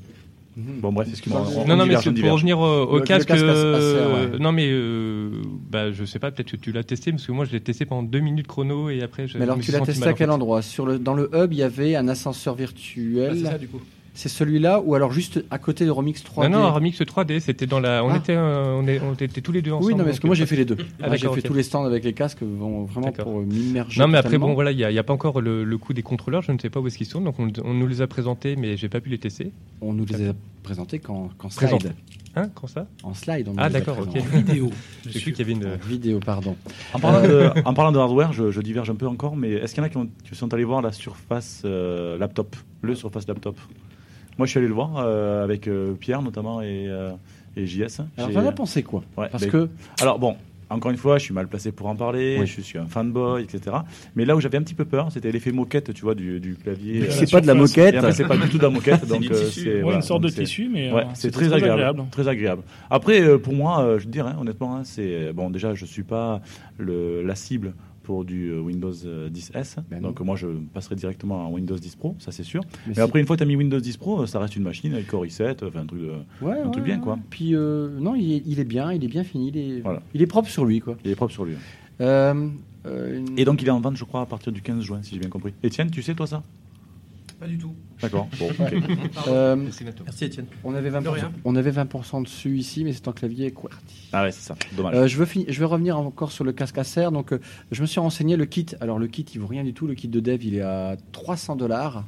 Mhm.
Bon, bref, excuse-moi. on- on
Non, non, mais
diverge,
c'est
on
pour
diverge.
revenir au, au
Le- le
casque. euh,
Acer, ouais.
Non, mais euh, bah, je sais pas, peut-être que tu l'as testé, parce que moi je l'ai testé pendant deux minutes chrono et après je.
Mais alors,
je me
tu
suis
l'as
senti
testé
mal,
à
en
quel
fait.
endroit Sur le, Dans le hub, il y avait un ascenseur virtuel.
Ah, c'est ça, du coup.
C'est celui-là ou alors juste à côté de Remix 3D
Non, non, Remix 3D, c'était dans la. On,
Ah.
était, euh, on, est- on était tous les deux ensemble.
Oui, non, mais parce
donc,
que moi
euh,
j'ai fait les deux.
Ah,
Moi, j'ai
d'accord,
fait
ok.
tous les stands avec les casques, bon, vraiment
D'accord.
pour euh, m'immerger.
Non, mais après,
totalement.
bon, voilà, il n'y a, il y a pas encore le, le coût des contrôleurs, je ne sais pas où est-ce qu'ils sont, donc on, on nous les a présentés, mais j'ai pas pu les tester.
On nous les a présentés quand, quand slide.
Présentés. Hein, quand ça
En slide. on nous
Ah,
les a
d'accord, ok.
présentés.
J'ai cru qu'il y avait une.
En vidéo, pardon.
En parlant,
Euh,
de, en parlant de hardware, je, je diverge un peu encore, mais est-ce qu'il y en a qui, ont- qui sont allés voir la Surface euh, Laptop Le Surface Laptop Moi, je suis allé le voir euh, avec euh, Pierre notamment et, euh, et JS.
Alors,
J'ai-
t'en as pensé quoi
Ouais,
Parce
ben,
que-
Alors, bon, encore une fois, je suis mal placé pour en parler,
Oui.
je suis un fanboy, etc. Mais là où j'avais un petit peu peur, c'était l'effet moquette, tu vois, du, du clavier.
Mais
euh,
c'est pas de la
Surface.
moquette.
Et après, c'est pas du tout de la moquette.
C'est
donc,
du
euh,
tissu.
c'est-
Ouais,
voilà,
une sorte de
donc c'est-
tissu, mais,
Ouais,
euh,
c'est
c'était
très,
très
agréable,
agréable.
Très agréable. Après, euh, pour moi, euh, je te dirais, hein, honnêtement, hein, c'est. Bon, déjà, je suis pas le, la cible pour du euh, Windows euh, 10S. donc, euh, moi, je passerai directement à un Windows 10 Pro, ça c'est sûr.
Ben Mais
Mais,
si-
après, une fois que tu as mis Windows 10 Pro, euh, ça reste une machine avec Core i7, euh, enfin, un truc, de,
Ouais,
un
ouais,
truc bien,
ouais.
quoi.
Puis, euh, non, il est, il est bien, il est bien fini, il est,
Voilà.
il est propre sur lui, quoi.
Il est propre sur lui.
Euh, euh, une-
Et donc il est en vente, je crois, à partir du 15 juin, si j'ai bien compris. Étienne, tu sais toi ça
Pas du tout.
D'accord. Bon, ok.
Ouais. Euh,
Merci, Étienne.
On avait 20%,
De rien.
on avait 20% dessus ici, mais c'est en clavier QWERTY.
Ah ouais, c'est ça. Dommage.
Euh, je, veux fini- je veux revenir encore sur le casque Acer. Donc, euh, je me suis renseigné le kit. Alors, le kit, il vaut rien du tout. Le kit de dev, il est à 300 dollars.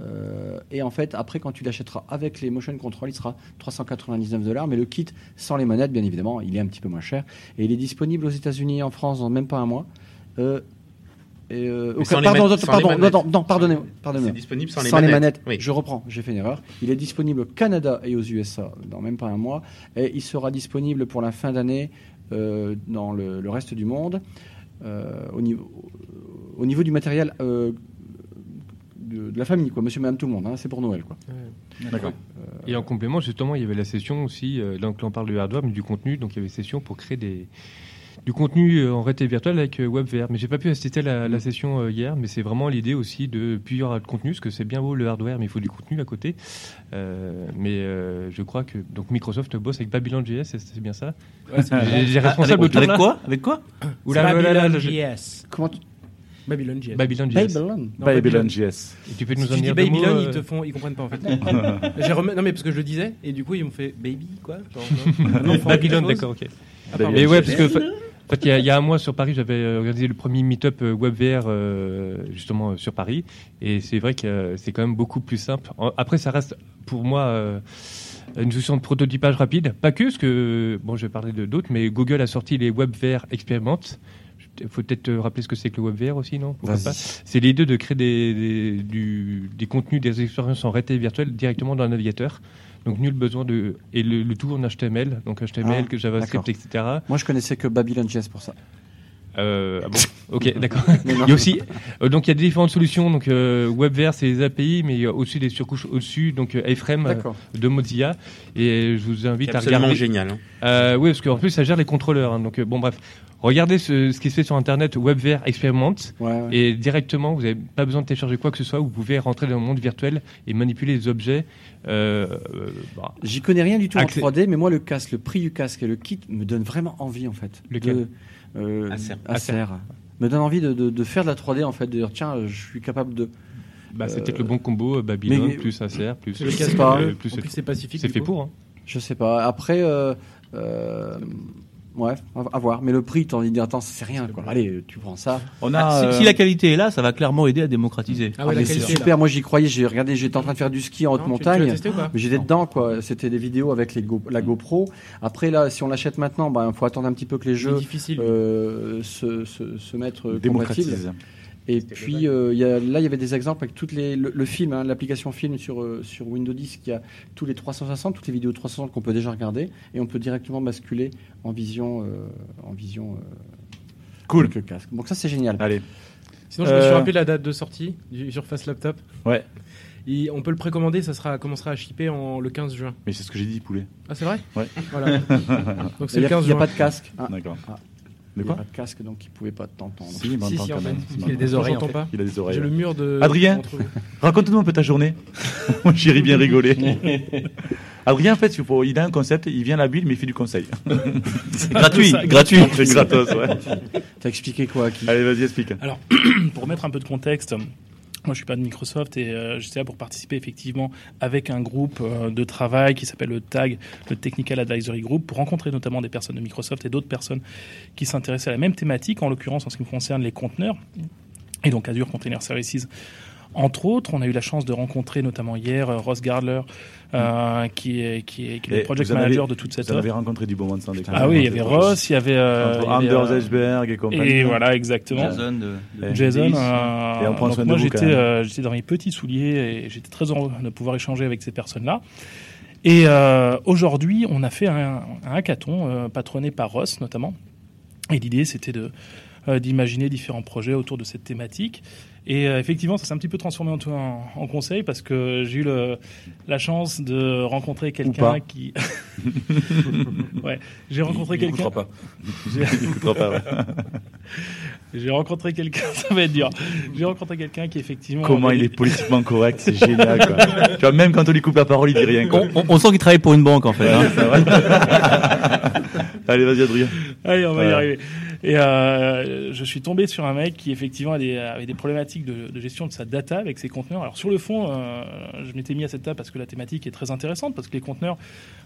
Euh, et en fait, après, quand tu l'achèteras avec les motion control, il sera 399 dollars. Mais le kit sans les manettes, bien évidemment, il est un petit peu moins cher. Et il est disponible aux États-Unis et en France dans même pas un mois. Euh, et, euh,
Mais
ok,
sans les
pardon,
man-
non,
sans les
pardon,
manettes.
non, non, pardonnez-moi.
C'est
pardonnez-moi.
disponible sans les
manettes.
manettes. Oui.
Je reprends, j'ai fait une erreur. Il est disponible au Canada et aux USA dans même pas un mois. Et il sera disponible pour la fin d'année euh, dans le, le reste du monde. Euh, au, niveau, au niveau du matériel euh, de, de la famille, quoi. Monsieur, madame, tout le monde. hein, C'est pour Noël, quoi.
D'accord.
Euh, Et en complément, justement, il y avait la session aussi, euh, donc là on parle du hardware, mais du contenu, donc il y avait session pour créer des, du contenu euh, en réalité virtuelle avec euh, WebVR. Mais j'ai pas pu assister à
Mm.
la, la session euh, hier, mais c'est vraiment l'idée aussi de, puis il y aura le contenu, parce que c'est bien beau le hardware, mais il faut du contenu à côté. Euh, mais euh, je crois que donc Microsoft bosse avec Babylon.js, c'est- c'est bien ça
Ouais, c'est bien.
J'ai- J'ai
Ah,
responsable
avec-
autour,
avec
là.
quoi Avec quoi
Ouh là là là là, je-
JS.
Comment
Babylon JS.
Babylon JS.
Babylon.
Non,
Babylon JS.
Et tu peux nous
Si tu
en
dis
dire deux
Babylon,
mots, euh,
ils te font, ils comprennent pas en fait.
J'ai remis- Non, mais parce que je le disais, et du coup, ils m'ont fait baby, quoi. genre, un enfant,
Babylone,
quelque chose.
d'accord, ok.
Ah, pardon.
mais ouais, parce que fa- en fait, il y, a- il y a un mois sur Paris, j'avais euh, organisé le premier meet-up euh, WebVR euh, justement euh, sur Paris, et c'est vrai que euh, c'est quand même beaucoup plus simple. En- Après, ça reste pour moi euh, une solution de prototypage rapide, pas que, parce que bon, je vais parler de d'autres, mais Google a sorti les WebVR Experiment. Il faut peut-être euh, rappeler ce que c'est que le WebVR aussi, non Pourquoi
Vas-y.
pas C'est l'idée de créer des, des- du- des contenus, des expériences en réalité virtuelle directement dans le navigateur. Donc nul besoin de... Et le, le tout en HTML, donc HTML,
Ah,
que JavaScript,
d'accord.
etc.
Moi, je connaissais que Babylon JS pour ça.
Euh, ah bon Ok, d'accord.
Mais non.
Il y a aussi, euh, donc il y a différentes solutions. Donc euh, WebVR, c'est les API, mais il y a aussi des surcouches au-dessus, donc euh, iframe euh,
D'accord.
de Mozilla. Et euh, je vous invite
C'est
à
absolument
regarder.
génial, hein.
Euh, oui, parce qu'en plus ça gère les contrôleurs. hein. donc euh, bon, bref, regardez ce, ce qui se fait sur Internet. WebVR expérimente et directement, vous n'avez pas besoin de télécharger quoi que ce soit. Vous pouvez rentrer dans le monde virtuel et manipuler les objets. euh, euh, bah,
J'y connais rien du tout
Accès-
en 3D, mais moi, le casque, le prix du casque et le kit me donnent vraiment envie, en fait.
Lequel
de, euh,
Acer.
Acer.
Acer.
Me donne envie de, de- de faire de la 3D, en fait, de dire, tiens, euh, je suis capable de.
Bah, c'est
Euh,
peut-être le bon combo euh, Babylone
mais-
plus Acer euh, plus.
Je sais pas.
euh, plus c'est- C'est fait pour. hein.
Je sais pas. Après, euh, euh, Ouais, à à voir. Mais le prix, t'en dis, attends, c'est rien. Quoi. Allez, tu prends ça.
On a, Ah, euh,
Ah,
si, si la qualité est là, ça va clairement aider à démocratiser.
Ah, mais c'est super, moi j'y croyais, j'ai regardé, j'étais en train de faire du ski en haute
tu- tu l'as
montagne,
testé ou pas
mais j'étais dedans quoi, c'était des vidéos avec les Go- la GoPro. Après là, si on l'achète maintenant, il faut attendre un petit peu que les jeux euh, se, se, se mettent euh,
Démocratise.
compatibles. Et puis euh, il y a- là, il y avait des exemples avec toutes les, le, le film, hein, l'application film sur, euh, sur Windows 10 qui a tous les 360, toutes les vidéos 360 qu'on peut déjà regarder, et on peut directement basculer en vision, euh, en vision.
cool.
Avec le casque. Donc ça c'est génial.
Allez.
Sinon, je me suis
Euh,
rappelé la date de sortie du Surface Laptop.
Ouais.
Et on peut le précommander, ça sera, commencera à shipper en, le 15 juin.
Mais c'est ce que j'ai dit, poulet.
Ah, c'est vrai
Ouais.
Voilà. Donc c'est le 15
Il n'y
juin.
a pas de casque. Ah.
D'accord.
Ah. Il
Mais
y
quoi
a pas de casque, donc il ne pouvait pas t'entendre.
Si, il m'entend quand même.
J'entends pas.
Il a des oreilles.
J'ai le mur de-
Euh,
Adrien,
entre vous.
raconte-nous un peu ta journée. Moi, j'y ai bien rigolé. Adrien, en fait, il faut- il a un concept, il vient à la bulle, mais il fait du conseil.
C'est gratuit,
C'est
gratuit.
C'est gratos, ouais.
T'as expliqué quoi à qui
Allez, vas-y, explique.
Alors, pour mettre un peu de contexte, moi je suis pas de Microsoft et euh, j'étais là pour participer effectivement avec un groupe euh, de travail qui s'appelle le TAG, le Technical Advisory Group, pour rencontrer notamment des personnes de Microsoft et d'autres personnes qui s'intéressaient à la même thématique, en l'occurrence en ce qui me concerne les conteneurs et donc Azure Container Services. Entre autres, on a eu la chance de rencontrer notamment hier euh, Ross Gardler, euh, qui, est, qui, est, qui est
Mm. Et
le project
vous en avez-
manager de toute cette
Vous en avez
offre.
rencontré du bon monde sans déconner.
Ah oui, il y avait Ross, il y avait. euh,
Entre
il y avait,
Anders
euh,
Iceberg et compagnie.
Et voilà, exactement.
Jason de- de-
Jason.
Davis.
euh,
Et on prend
donc
soin de
moi,
vous,
j'étais
quand même.
euh, j'étais dans mes petits souliers et j'étais très heureux de pouvoir échanger avec ces personnes-là. Et euh, aujourd'hui, on a fait un, un hackathon euh, patronné par Ross notamment. Et l'idée, c'était de euh, d'imaginer différents projets autour de cette thématique. Et euh, effectivement, ça s'est un petit peu transformé en, tout- en- en conseil parce que j'ai eu le- la chance de rencontrer
pas.
quelqu'un qui. ouais, j'ai
Il-
rencontré
il
quelqu'un.
écoutera pas.
J'ai-
Il écoutera pas, ouais.
J'ai rencontré quelqu'un, ça va être dur. J'ai rencontré quelqu'un qui effectivement.
Comment
avait-
il est politiquement correct, c'est génial. Quoi. tu vois, même quand on lui coupe la parole, il dit rien. Quoi.
On, on- on sent qu'il travaille pour une banque en fait. hein.
Allez, vas-y, Adrien.
Allez, on va y
Voilà.
arriver. Et euh, je suis tombé sur un mec qui effectivement a des- avait des problématiques de, de gestion de sa data avec ses conteneurs. Alors sur le fond, euh, je m'étais mis à cette table parce que la thématique est très intéressante, parce que les conteneurs,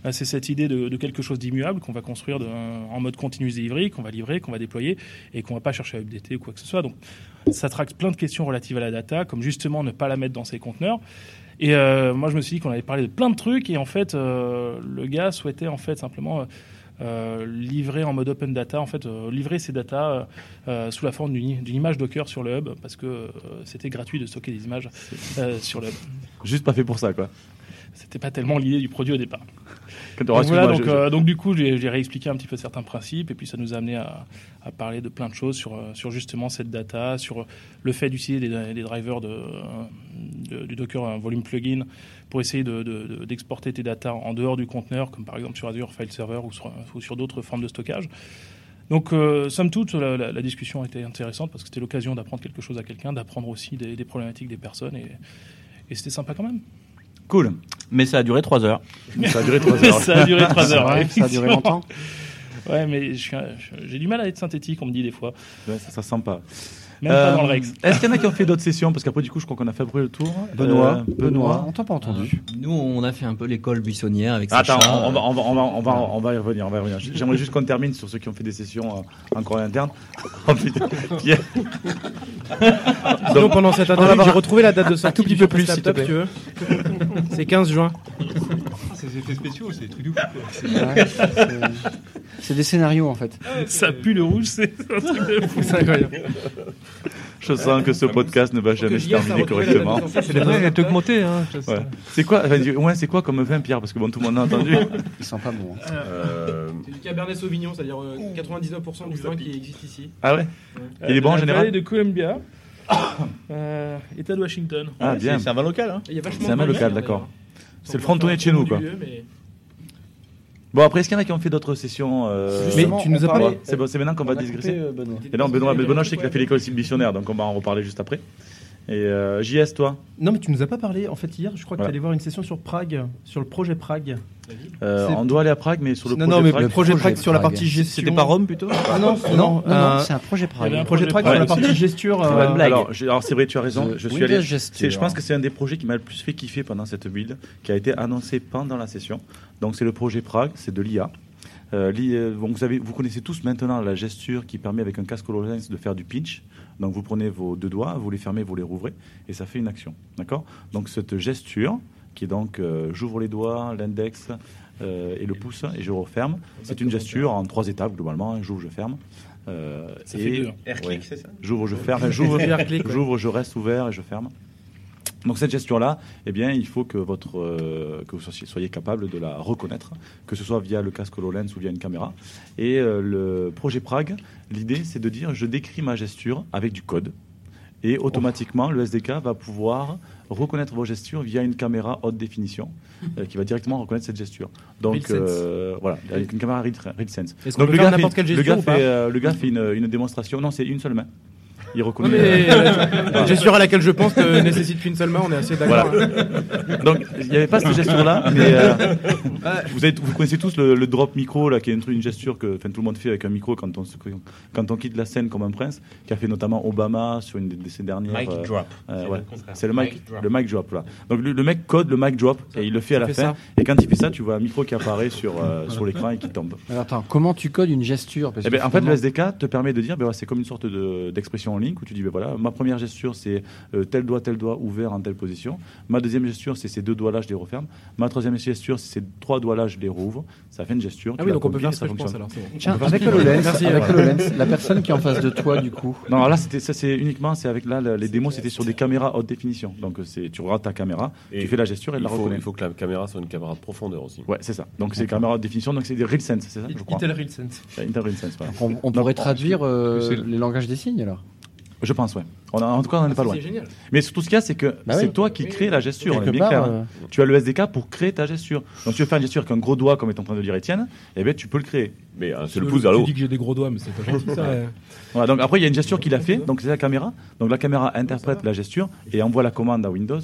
euh, c'est cette idée de, de quelque chose d'immuable qu'on va construire de- en mode continu delivery, qu'on va livrer, qu'on va déployer et qu'on va pas chercher à updater ou quoi que ce soit. Donc ça traque plein de questions relatives à la data, comme justement ne pas la mettre dans ses conteneurs. Et euh, moi, je me suis dit qu'on allait parler de plein de trucs. Et en fait, euh, le gars souhaitait en fait simplement euh, euh, livrer en mode open data, en fait, euh, livrer ses data euh, euh, sous la forme d'une i- d'une image Docker sur le hub, parce que euh, c'était gratuit de stocker des images euh, sur le hub.
Juste pas fait pour ça, quoi.
C'était pas tellement l'idée du produit au départ.
Quand
Donc,
t'auras-
voilà, donc,
excuse-moi, je-
euh, donc du coup, j'ai j'ai réexpliqué un petit peu certains principes, et puis ça nous a amené à, à parler de plein de choses sur, euh, sur justement cette data, sur le fait d'utiliser des, des drivers de, euh, de- du Docker euh, Volume Plugin pour essayer de- de- de- d'exporter tes data en dehors du conteneur, comme par exemple sur Azure File Server ou sur, ou sur d'autres formes de stockage. Donc, euh, somme toute, la, la- la discussion a été intéressante parce que c'était l'occasion d'apprendre quelque chose à quelqu'un, d'apprendre aussi des, des problématiques des personnes, et, et c'était sympa quand même.
Cool.
Mais ça a duré 3 heures.
Ça a duré trois heures.
ça a duré 3 heures.
Ouais, ça a duré
effectivement.
longtemps.
Ouais, mais je suis un- je- j'ai du mal à être synthétique, on me dit des fois.
Ouais, ça, ça sent pas.
Même pas dans le Rex.
Euh, Est-ce qu'il y en a qui ont fait d'autres sessions Parce qu'après, du coup, je crois qu'on a fait après le tour.
Benoît,
Euh,
Benoît, on t'a pas entendu.
Euh, Nous, on a fait un peu l'école buissonnière avec Sacha.
Attends, on va, on, va, on, va, on, va, on va y revenir. on va y revenir. J'aimerais juste qu'on termine sur ceux qui ont fait des sessions euh, encore internes. Oh putain. Pierre.
Sinon, Ah, pendant cette
on va
interview,
avoir
j'ai retrouvé la date de
Ah, un
sortie.
tout petit
du
peu plus,
Surface
s'il te
Laptop, tu veux. C'est 15 juin.
Ah,
C'est des effets spéciaux, c'est des trucs de fou.
Ouais, c'est- c'est des scénarios en fait.
Ça pue le rouge, c'est un truc de fou.
C'est incroyable.
Je sens que ce podcast ne va jamais se
Elias a
terminer
retrouvé la
correctement.
date de sortie. C'est la vraie, elle est augmentée, hein, je sais.
Ouais. C'est quoi, enfin, du- ouais, c'est quoi comme vin, Pierre Parce que bon, tout le monde a entendu.
Ils sont pas bons.
hein.
Euh,
Euh,
C'est du Cabernet Sauvignon, c'est-à-dire euh,
Oh.
99% du vin qui existe ici.
Ah ouais Il est bon en général
Euh, de Columbia, euh, État de Washington.
Ah, bien.
C'est un vin local. Hein.
Il y a vachement
C'est un vin
de
local,
bière,
d'accord.
d'ailleurs.
C'est le frontonnet de chez nous, quoi.
Du lieu, mais-
Bon, après, est-ce qu'il y en a qui ont fait d'autres sessions euh,
Justement, Mais tu nous on as pas- parlait-
C'est bon, c'est maintenant qu'on va
on a
digresser.
coupé, euh, Benoît.
Et non, Benoît, mais Benoît, je sais qu'il a fait l'école missionnaire, donc on va en reparler juste après. Et euh, JS, toi
Non, mais tu nous as pas parlé. En fait, hier, je crois que
Voilà.
tu allais voir une session sur Prague, sur le projet Prague.
Euh,
C'est-
On doit aller à Prague, mais sur le
Non,
projet
non, mais
Prague.
le projet Le projet Prague sur la Prague. partie gestion. C'était pas Rome, plutôt Ah non, c'est- non, euh, Il y avait un projet Prague sur la
Ouais,
partie
c'est-
gesture,
Très
euh,
bonne blague.
Alors,
Alors, j'ai- alors, c'est vrai, tu as raison.
The
Je suis
Windows
allé.
Gesture.
c'est- Je pense que c'est un des projets qui m'a le plus fait kiffer pendant cette build, qui a été annoncé pendant la session. Donc, c'est le projet Prague, c'est de l'IA. Euh, li- euh, bon, vous, savez, vous connaissez tous maintenant la gesture qui permet avec un casque HoloLens de faire du pinch. Donc vous prenez vos deux doigts, vous les fermez, vous les rouvrez et ça fait une action. D'accord Donc cette gesture qui est donc euh, j'ouvre les doigts, l'index euh, et le pouce et je referme, c'est une gesture en trois étapes globalement. hein. J'ouvre, je ferme. Euh,
Ça
et-
fait deux, hein. Air click, c'est ça
J'ouvre, je ferme. J'ouvre,
Air click, ouais.
j'ouvre, je reste ouvert et je ferme. Donc cette gestion-là, eh bien, il faut que, votre, euh, que vous soyez, soyez capable de la reconnaître, que ce soit via le casque HoloLens ou via une caméra. Et euh, le projet Prague, l'idée, c'est de dire je décris ma gesture avec du code. Et automatiquement, le SDK va pouvoir reconnaître vos gestures via une caméra haute définition euh, qui va directement reconnaître cette gesture. Donc
RealSense.
euh, voilà, avec une caméra Real- RealSense.
Est-ce qu'on
Donc
peut
le
faire
gars, fait,
n'importe quelle
le
gestion
gars
ou pas
fait, euh, le gars fait une, une démonstration. Non, c'est une seule main. Il reconnaît.
Non, mais, euh,
Voilà.
gesture à laquelle je pense que nécessite qu'une seule main, on est assez d'accord,
Voilà.
hein.
Donc il n'y avait pas cette gesture-là, mais euh,
Ouais.
vous, êtes- vous connaissez tous le, le drop micro là, qui est une, une gesture que enfin, tout le monde fait avec un micro quand on, se- quand on quitte la scène comme un prince, qui a fait notamment Obama sur une de ses dernières.
Mic
euh,
drop.
euh,
C'est
ouais.
le contraire.
C'est le mic,
Mic drop.
le mic drop. Voilà. Donc le, le mec code le mic drop et il le fait
ça
à la
fait
fin.
ça.
Et quand il fait ça, tu vois un micro qui apparaît sur euh, sur l'écran et qui tombe.
Alors, attends, comment tu codes une gesture Parce
Eh
que
ben, en fait, le
finalement-
SDK te permet de dire, ben, voilà, c'est comme une sorte de- d'expression en ligne où tu dis, ben, voilà, ma première gesture, c'est euh, tel doigt, tel doigt ouvert en telle position. Ma deuxième gesture, c'est ces deux doigts-là, je les referme. Ma troisième gesture, c'est ces trois doigts-là, je les rouvre. Ça fait une gesture.
Ah
tu
oui,
la
donc on peut
compiles,
faire ce
ça
que je pense,
fonctionne.
alors, c'est bon.
On
Tiens,
peut faire
avec
ce que tu
le
veux.
lens, Merci, avec voilà. le lens, la personne qui est en face de toi, du coup.
Non, alors là, c'était ça, c'est uniquement, c'est avec là, le- les démos, c'était sur des caméras haute définition. Donc, euh, c'est, tu regardes ta caméra, tu fais la gesture et
il
la
faut-
reconnaît.
Il faut que la caméra soit une caméra de profondeur aussi.
Ouais, c'est ça. Donc, c'est des caméras haute définition, donc c'est des RealSense, c'est ça, je crois.
Intel
RealSense.
Ouais, Intel RealSense, voilà.
On, on
Donc,
pourrait traduire euh,
c'est-
les langages des signes alors
Je pense, ouais. On a- en tout cas, on n'est
Ah,
pas
ça,
loin.
c'est génial.
Mais surtout, ce qu'il y a, c'est que
Bah
c'est
oui.
toi qui crée la gesture. on
Quelque
est bien
part,
clair, hein.
euh.
Tu as le SDK pour créer ta gesture. Donc, tu veux faire une gesture avec un gros doigt, comme est en train de dire Étienne, eh bien, tu peux le créer.
Mais
hein, c'est le pouce à
Tu
l'eau.
dis que j'ai des gros doigts, mais c'est pas gentil ça. euh.
Voilà, donc après, il y a une gesture qu'il a fait, donc c'est la caméra. Donc la caméra interprète la gesture et envoie la commande à Windows.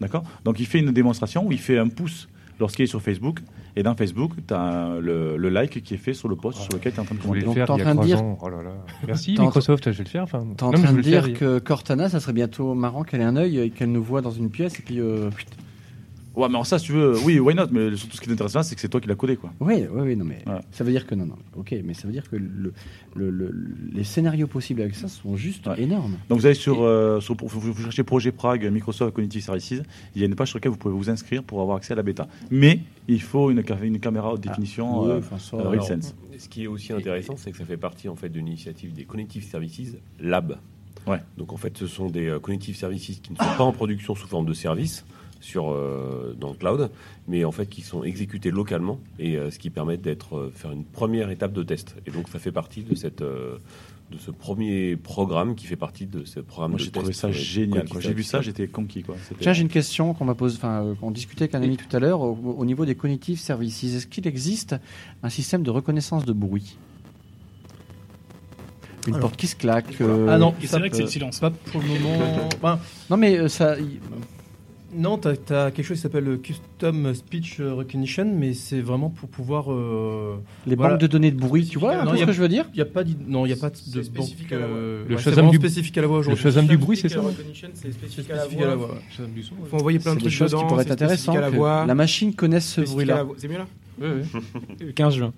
D'accord Donc il fait une démonstration où il fait un pouce lorsqu'il est sur Facebook. Et dans Facebook, tu as le, le like qui est fait sur le post sur lequel tu es en train de
Je voulais
commenter.
le faire
t'es en
il y a
train de
trois
dire-
ans. Oh là là. Merci
T'es en-
Microsoft, je vais le faire. Enfin,
T'es en
non, mais
train
je
de
vais le faire.
dire que Cortana, ça serait bientôt marrant qu'elle ait un œil et qu'elle nous voit dans une pièce et puis. euh, pfft.
Ouais, mais alors ça, si tu veux, oui, why not Mais surtout, ce qui est intéressant, c'est que c'est toi qui l'as codé, quoi.
Oui, oui, oui, non, mais ça veut dire que non, non, ok, mais ça veut dire que le, le- le- les scénarios possibles avec ça sont juste énormes.
Donc vous allez sur, euh, sur- vous, vous cherchez Projet Prague, Microsoft Cognitive Services. Il y a une page sur laquelle vous pouvez vous inscrire pour avoir accès à la bêta. Mais il faut une, ca- une caméra haute définition
Ouais,
euh,
Ah, enfin, ça,
euh,
alors,
RealSense.
Ce qui est aussi intéressant, c'est que ça fait partie en fait d'une initiative des Connective Services Lab.
Ouais.
Donc en fait, ce sont des euh, Connective Services qui ne sont pas en production sous forme de service sur euh, dans le cloud, mais en fait qui sont exécutés localement et euh, ce qui permet d'être euh, faire une première étape de test. Et donc ça fait partie de cette euh, de ce premier programme qui fait partie de ce programme
Moi
de
j'ai
test euh,
trouvé
sur
ça
les
génial.
Cognitive
quoi. J'ai vu
Services
ça,
Lab.
j'étais conquis. Quoi. C'était-
Tiens, j'ai une question qu'on m'a posée, enfin, euh, qu'on discutait avec un ami tout à l'heure, au, au niveau des cognitive services. Est-ce qu'il existe un système de reconnaissance de bruit Une
Alors.
porte qui se claque euh,
Ah non,
Et c'est
ça
vrai que c'est
peut-
le silence.
Pas pour le moment. Enfin,
Non, mais euh, ça. y-
Non, tu as, quelque chose qui s'appelle le Custom Speech Recognition, mais c'est vraiment pour pouvoir. euh,
Les banques de données de bruit, tu vois, un
Non,
peu
y
ce
a-
que je veux dire
y a pas d'id- Non, il n'y a pas de banque. euh,
Le
ouais, c'est
Shazam
vraiment
du-
spécifique à la voix
le
aujourd'hui.
Shazam du bruit, c'est ça
Recognition, c'est spécifique à la
Spécifique à la
voix.
voix, ouais. Shazam du son, ouais.
Faut envoyer plein de
C'est des
trucs
choses
dedans,
qui pourraient
c'est
être intéressantes.
spécifique à la
que
voix.
la machine connaisse ce
Spécifique à
bruit-là.
la voix. C'est mieux là
Le 15 juin.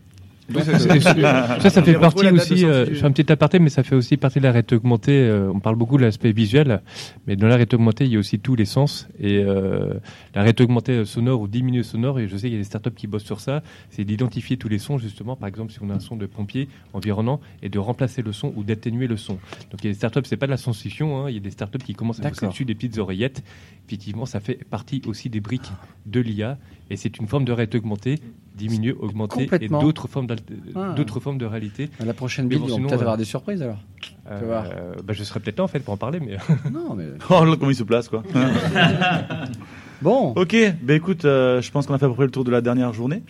Donc, c'était- ça, ça fait partie aussi, euh, je fais un petit aparté, mais ça fait aussi partie de la réalité augmentée. euh, on parle beaucoup de l'aspect visuel, mais dans la réalité augmentée, il y a aussi tous les sens. Et euh, la réalité augmentée sonore ou diminuée sonore, et je sais qu'il y a des startups qui bossent sur ça, c'est d'identifier tous les sons, justement. Par exemple, si on a un son de pompier environnant, et de remplacer le son ou d'atténuer le son. Donc il y a des startups, c'est pas de la science-fiction, hein, il y a des startups qui commencent à bosser
D'accord.
dessus des petites oreillettes. Effectivement, ça fait partie aussi des briques de l'IA, et c'est une forme de réalité augmentée, diminuée, augmentée, et
Complètement.
d'autres formes d'al-
Ah.
d'autres formes de réalité.
À la prochaine
Mais
build,
bon,
on va
sinon,
peut-être
euh,
avoir des surprises alors.
euh,
Tu vois.
bah, je serais peut-être là en fait pour en parler, mais.
Non, mais.
Oh là, comment il se place, quoi.
bon.
Ok, bah écoute, euh, je pense qu'on a fait à peu près le tour de la dernière journée.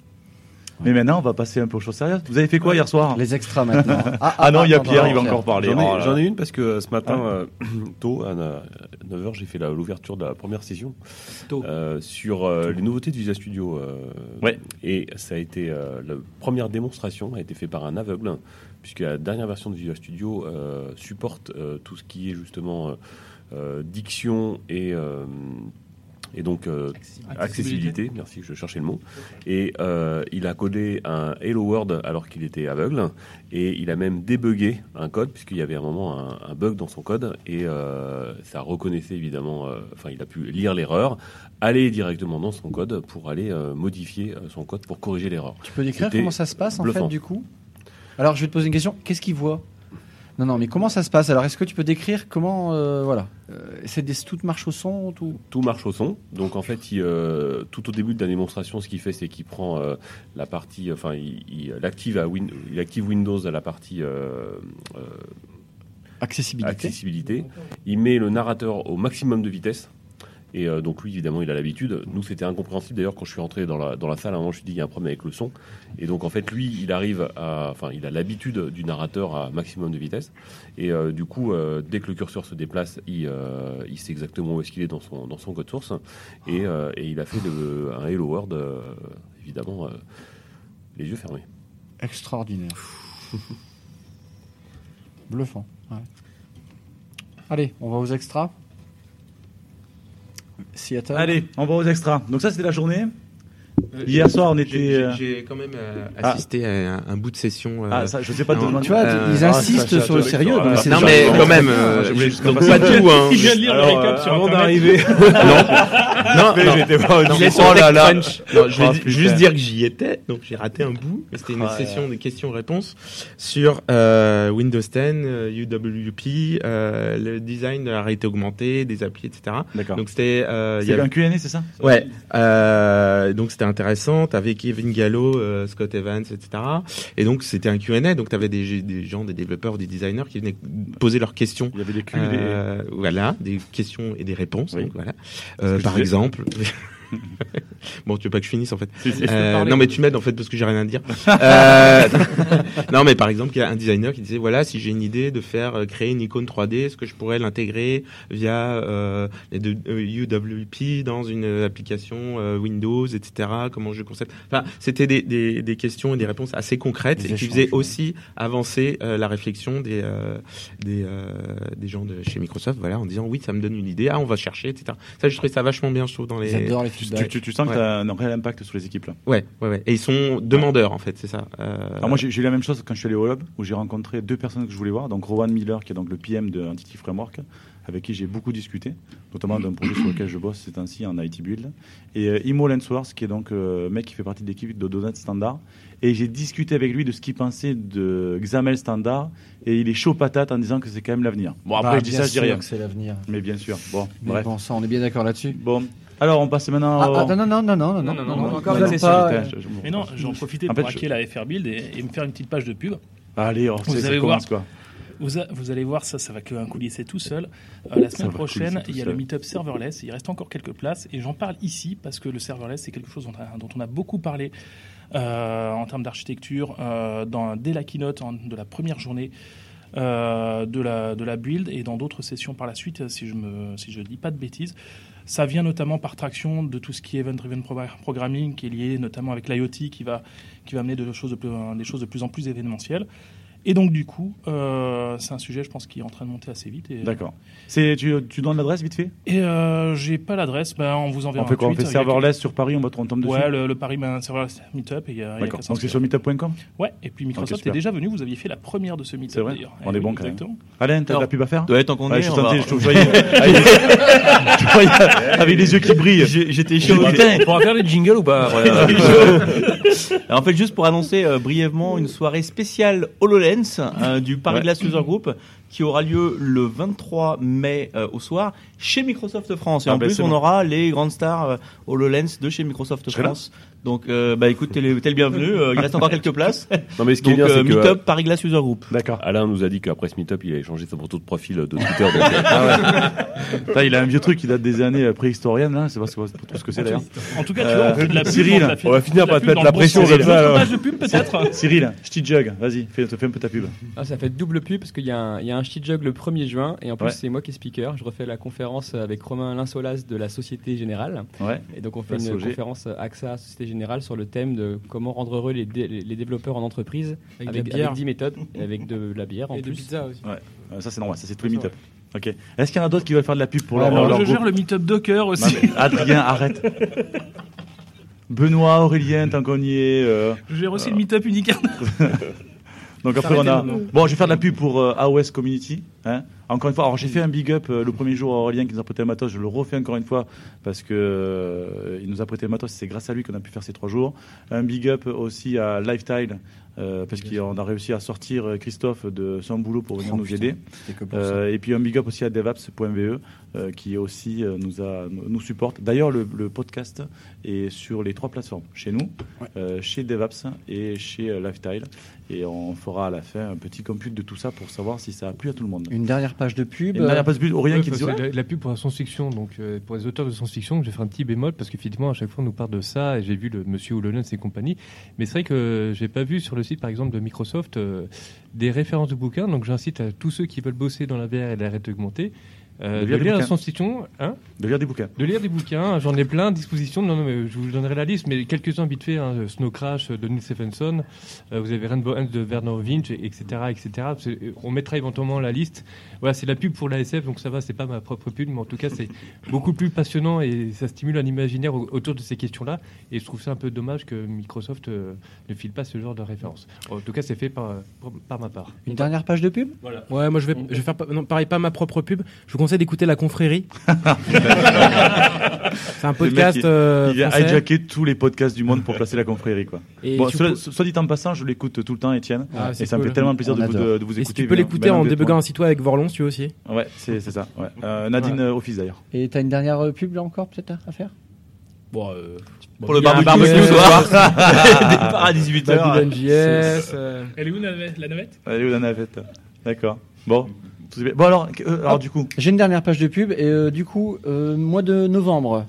Mais maintenant, on va passer un peu aux choses sérieuses. Vous avez fait quoi hier soir
Les extras maintenant. Ah, ah,
non, il y a
ah,
Pierre,
pardon,
il va
Pierre.
encore parler.
J'en ai,
Oh là là.
j'en ai une parce que euh, ce matin,
Ah.
euh, tôt, à 9h, j'ai fait la- l'ouverture de la première session euh, sur euh, les nouveautés de Visual Studio. euh, Et ça a été euh, la première démonstration a été faite par un aveugle, puisque la dernière version de Visual Studio euh, supporte euh, tout ce qui est justement euh, euh, diction et euh, Et donc, euh, accessibilité. merci, je cherchais le mot. Et euh, il a codé un Hello World alors qu'il était aveugle. Et il a même débugué un code, puisqu'il y avait à un moment un, un bug dans son code. Et euh, ça reconnaissait évidemment, euh, enfin, il a pu lire l'erreur, aller directement dans son code pour aller euh, modifier euh, son code pour corriger l'erreur.
Tu peux décrire comment ça se passe en fait du
coup
coup Alors je vais te poser une question. Qu'est-ce qu'il voit Non non mais comment ça se passe Alors est-ce que tu peux décrire comment euh, voilà Euh, c'est des tout marche au son tout
tout marche au son. Donc en fait, il, euh, tout au début de la démonstration, ce qu'il fait, c'est qu'il prend euh, la partie, enfin, il, il active à Win- il active Windows à la partie euh, euh,
Accessibilité.
accessibilité. Il met le narrateur au maximum de vitesse. Et euh, donc lui, évidemment, il a l'habitude. Nous, c'était incompréhensible d'ailleurs quand je suis rentré dans la, dans la salle. À un moment, je me suis dit, il y a un problème avec le son. Et donc, en fait, lui, il arrive à... Enfin, il a l'habitude du narrateur à maximum de vitesse. Et euh, du coup, euh, dès que le curseur se déplace, il, euh, il sait exactement où est-ce qu'il est dans son, dans son code source. Et, euh, et il a fait de- un Hello World, euh, évidemment, euh, les yeux fermés.
Extraordinaire. Bluffant. ouais. Allez, on va aux extras. Seattle.
Allez, on va aux extras. Donc ça, c'était la journée. Hier soir, on était.
Euh, J'ai-
euh,
J'ai j'ai quand même euh,
Ah.
assisté à un, un bout de session. euh,
Ah, ça, je sais pas te
non,
demander.
Tu vois, ils
ah,
insistent
ça, ça,
sur le
ça,
sérieux,
ça,
donc
ça,
c'est
Non,
déjà
mais
bien.
quand même,
Ah,
euh,
j'ai oublié
je-
qu'on
pas
passe.
tout. Hein.
Il vient de lire le
Alors,
récap sur
euh, Avant
Internet.
d'arriver.
Non,
Non,
non.
non,
Il est
non,
sur
oh là là.
TechCrunch.
Non, Je
Oh,
vais di-
putain.
juste dire que j'y étais, donc j'ai raté un bout. mais C'était une
Ah,
session de questions-réponses sur euh, Windows 10, euh, UWP, euh, le design de la réalité augmentée, des applis, etc. Donc c'était. euh, il y
C'était
avait-
un Q&A, c'est ça
Ouais. euh, donc c'était intéressant. T'avais Kevin Gallo, euh, Scott Evans, etc. Et donc c'était un Q&A. Donc t'avais des, des gens, des développeurs, des designers qui venaient poser leurs questions. Il y avait des
Q&A.
Voilà, des questions et des réponses.
Oui.
donc voilà.
C'est ce
Euh,
que je
par
disais.
exemple. bon, tu veux pas que je finisse en fait.
Si, si.
Euh,
Je peux parler.
non, mais tu m'aides en fait parce que j'ai rien à dire. Euh, non, mais par exemple, il y a un designer qui disait voilà, si j'ai une idée de faire euh, créer une icône 3D, est-ce que je pourrais l'intégrer via euh, les deux- euh, UWP dans une euh, application euh, Windows, etc. Comment je concepte Enfin, c'était des, des, des questions et des réponses assez concrètes
Des
et qui
échanges,
faisaient
ouais.
aussi avancer euh, la réflexion des euh, des, euh, des gens de chez Microsoft, voilà, en disant oui, ça me donne une idée, ah, on va chercher, etc. Ça, je trouvais ça vachement bien, je trouve, dans les.
Tu- tu, tu- tu sens que
Ouais.
tu as un réel impact sur les équipes là.
Ouais, ouais, ouais. Et ils sont demandeurs, en fait, c'est ça. euh,
Alors moi j'ai j'ai eu la même chose quand je suis allé au Hub où j'ai rencontré deux personnes que je voulais voir, donc Rowan Miller qui est donc le PM de Entity Framework avec qui j'ai beaucoup discuté, notamment d'un projet sur lequel je bosse ces temps-ci en IT Build, et euh, Imo Lensworth qui est donc euh, mec qui fait partie de l'équipe de Donut Standard, et j'ai discuté avec lui de ce qu'il pensait de XAML Standard, et il est chaud patate en disant que c'est quand même l'avenir. Bon après
Bah,
je dis
bien
ça, je dis
sûr
rien.
que c'est l'avenir.
Mais bien sûr, bon,
Mais
bref.
bon, ça, on est bien d'accord là-dessus.
Bon, alors on passe maintenant
Ah,
au-
ah, non, non, non, non, non, non, non, non, non, non, non, pas, euh,
Mais non, j'en profitais
En
pour
fait, je-
hacker la FR Build et, et me faire une petite page de pub.
Allez, oh, c'est- ça commence, quoi.
Vous, a- vous allez voir, ça, ça va que un coulisser tout seul. Euh, la
Ça
semaine
va
prochaine,
coulisser tout
il y a
seul.
le meet-up serverless. Il reste encore quelques places et j'en parle ici parce que le serverless, c'est quelque chose dont, on a- dont on a beaucoup parlé euh, en termes d'architecture euh, dans- dès la keynote en- de la première journée. euh, de, la, de la build et dans d'autres sessions par la suite, euh, si je ne si je dis pas de bêtises. Ça vient notamment par traction de tout ce qui est event-driven progra- programming, qui est lié notamment avec l'IoT, qui va, qui va amener de choses de plus- des choses de plus en plus événementielles. Et donc, du coup, euh, c'est un sujet, je pense, qui est en train de monter assez vite. et-
D'accord. C'est tu, tu donnes l'adresse vite fait
Et euh, j'ai pas l'adresse, ben, on vous enverra
On fait
un
quoi On
tweet.
fait
Il y a
serverless sur Paris, on va on tombe dessus.
Ouais, le, le Paris ben, Serverless Meetup. Et il y a- il y a
D'accord.
400
Donc c'est sur meetup.com
Ouais, et puis Microsoft est
super.
déjà venu, vous aviez fait la première de ce meetup
C'est vrai
d'ailleurs.
On
Eh
est
oui,
bon quand même.
exactement.
Alain, t'as de la pub à faire
Ouais, tant qu'on
Ouais,
est,
je
on
tentais,
va-
je te voyais. Ah, il est- je te voyais avec les yeux qui brillent.
J'étais
chaud.
chaud.
Putain, on pourra
faire les jingles ou pas
Voilà.
En fait, juste pour annoncer euh, brièvement une soirée spéciale HoloLens euh, du Paris
Ouais.
Glass User Group qui aura lieu le 23 mai euh, au soir chez Microsoft France. Et
Ah
en
ben,
plus,
c'est
on
bon.
aura les grandes stars euh, HoloLens de chez Microsoft
là.
France. Donc, euh, bah écoute, t'es le, t'es le bienvenu. Euh, il reste encore quelques places.
Non mais ce qui
Donc,
est bien,
euh,
c'est que
Meetup Paris Glass User Group.
D'accord.
Alain nous a dit qu'après ce meetup, il allait changer son photo de profil de Twitter. donc, euh,
Putain, Ah il a un vieux truc qui date des années euh, préhistoriennes là, c'est pas, c'est pas trop ce que c'est d'ailleurs. Euh,
En tout cas, tu vois, on fait de la pub,
Cyril,
on fait de la pub,
on va finir
de la
par te
pub
mettre
dans
la
le bon
pression
sens.
comme ça.
Une
alors.
page de pub, peut-être
Cyril, je te jug, vas-y, fais, fais un peu ta pub.
Ah, ça fait double pub parce qu'il y, a un- il y a un shit jog le 1er juin et en plus
Ouais.
c'est moi qui est speaker. Je refais la conférence avec Romain Linsolas de la Société Générale.
Ouais.
Et donc on fait
La
une
SOG.
conférence AXA Société Générale sur le thème de comment rendre heureux les, dé- les développeurs en entreprise
Avec
avec,
de la bière.
10 méthodes, et avec de la bière en plus.
Ouais. Euh, ça c'est normal, ça c'est tous les meetups. Ok. Est-ce qu'il y en a d'autres qui veulent faire de la pub pour
Ouais,
leur,
alors,
leur
je
groupe
gère le meet-up Docker aussi.
Non, mais Adrien, arrête. Benoît, Aurélien, tant qu'on y est. euh,
Je gère aussi le meet-up Unicorn.
Donc après on a.
Arrêtez maintenant.
Bon, je vais faire de la pub pour euh, AOS Community. hein. Encore une fois, alors j'ai fait un big up euh, le premier jour à Aurélien qui nous a prêté le matos. Je le refais encore une fois parce que euh, il nous a prêté le matos. C'est grâce à lui qu'on a pu faire ces trois jours. Un big up aussi à Lifetile. euh, parce qu'on a réussi à sortir euh, Christophe de son boulot pour venir
Oh,
nous
putain,
aider.
c'était que pour
Euh,
ça.
et puis un big up aussi à devaps.ve euh, qui aussi euh, nous, a, nous supporte. D'ailleurs, le, le podcast est sur les trois plateformes chez nous, euh, chez Devaps et chez euh, Lifetile. Et on fera à la fin un petit compute de tout ça pour savoir si ça a plu à tout le monde.
Une dernière page de pub.
Une dernière
euh,
page de pub. Aurélien
Ouais,
qui
parce
dit
que
ouais.
la, la pub pour la science-fiction, donc euh, pour les auteurs de science-fiction, je vais faire un petit bémol parce qu'effectivement à chaque fois on nous parle de ça et j'ai vu le Monsieur Oulonens et compagnie, mais c'est vrai que j'ai pas vu sur le site par exemple de Microsoft euh, des références de bouquins, donc j'incite à tous ceux qui veulent bosser dans la VR et la réalité augmentée. euh, de
De lire
lire,
des
la
bouquins.
science-fiction, hein
De lire des bouquins.
De lire des bouquins, j'en ai plein à disposition. Non, non, mais je vous donnerai la liste, mais quelques-uns vite fait. hein, Snow Crash de Neil Stephenson, euh, vous avez Rainbow Hands de Werner Winch, etc., etc. C'est- euh, On mettra éventuellement la liste. Voilà, c'est la pub pour la SF, donc ça va, c'est pas ma propre pub, mais en tout cas, c'est beaucoup plus passionnant et ça stimule un imaginaire au- autour de ces questions-là. Et je trouve ça un peu dommage que Microsoft euh, ne file pas ce genre de référence. En tout cas, c'est fait par, euh, pour- par ma part.
Une dernière page de pub
Ouais, moi je vais, je vais faire pa- non, pareil, pas ma propre pub. Je vous conseille d'écouter La Confrérie. C'est un
Le mec,
podcast.
il-
euh,
il a
français.
hijacké tous les podcasts du monde pour placer la confrérie. Quoi.
Et
Bon,
tu
cela-
peux-
soit dit en passant, je l'écoute tout le temps, Étienne.
Ah,
et
c'est
ça me
cool.
fait tellement plaisir
On
de vous,
adore.
de, de vous
Et si
écouter.
tu peux
bien-
l'écouter
bien
en
honnêtement.
débuguant un site web avec Vorlon, si tu veux aussi.
Ouais, c'est c'est ça. ouais. Euh, Nadine
Voilà.
euh, Office d'ailleurs.
Et t'as une dernière euh, pub là encore peut-être à- à faire
Bon, euh,
Pour le barbecue ce soir. Départ à 18 heures.
Babylon JS.
Elle est où la navette, la navette
Allez où la navette D'accord. Bon. Tout est bien. Bon alors, que- euh, alors
Hop,
du coup.
Ah, J'ai une dernière page de pub et euh, du coup, euh, mois de novembre,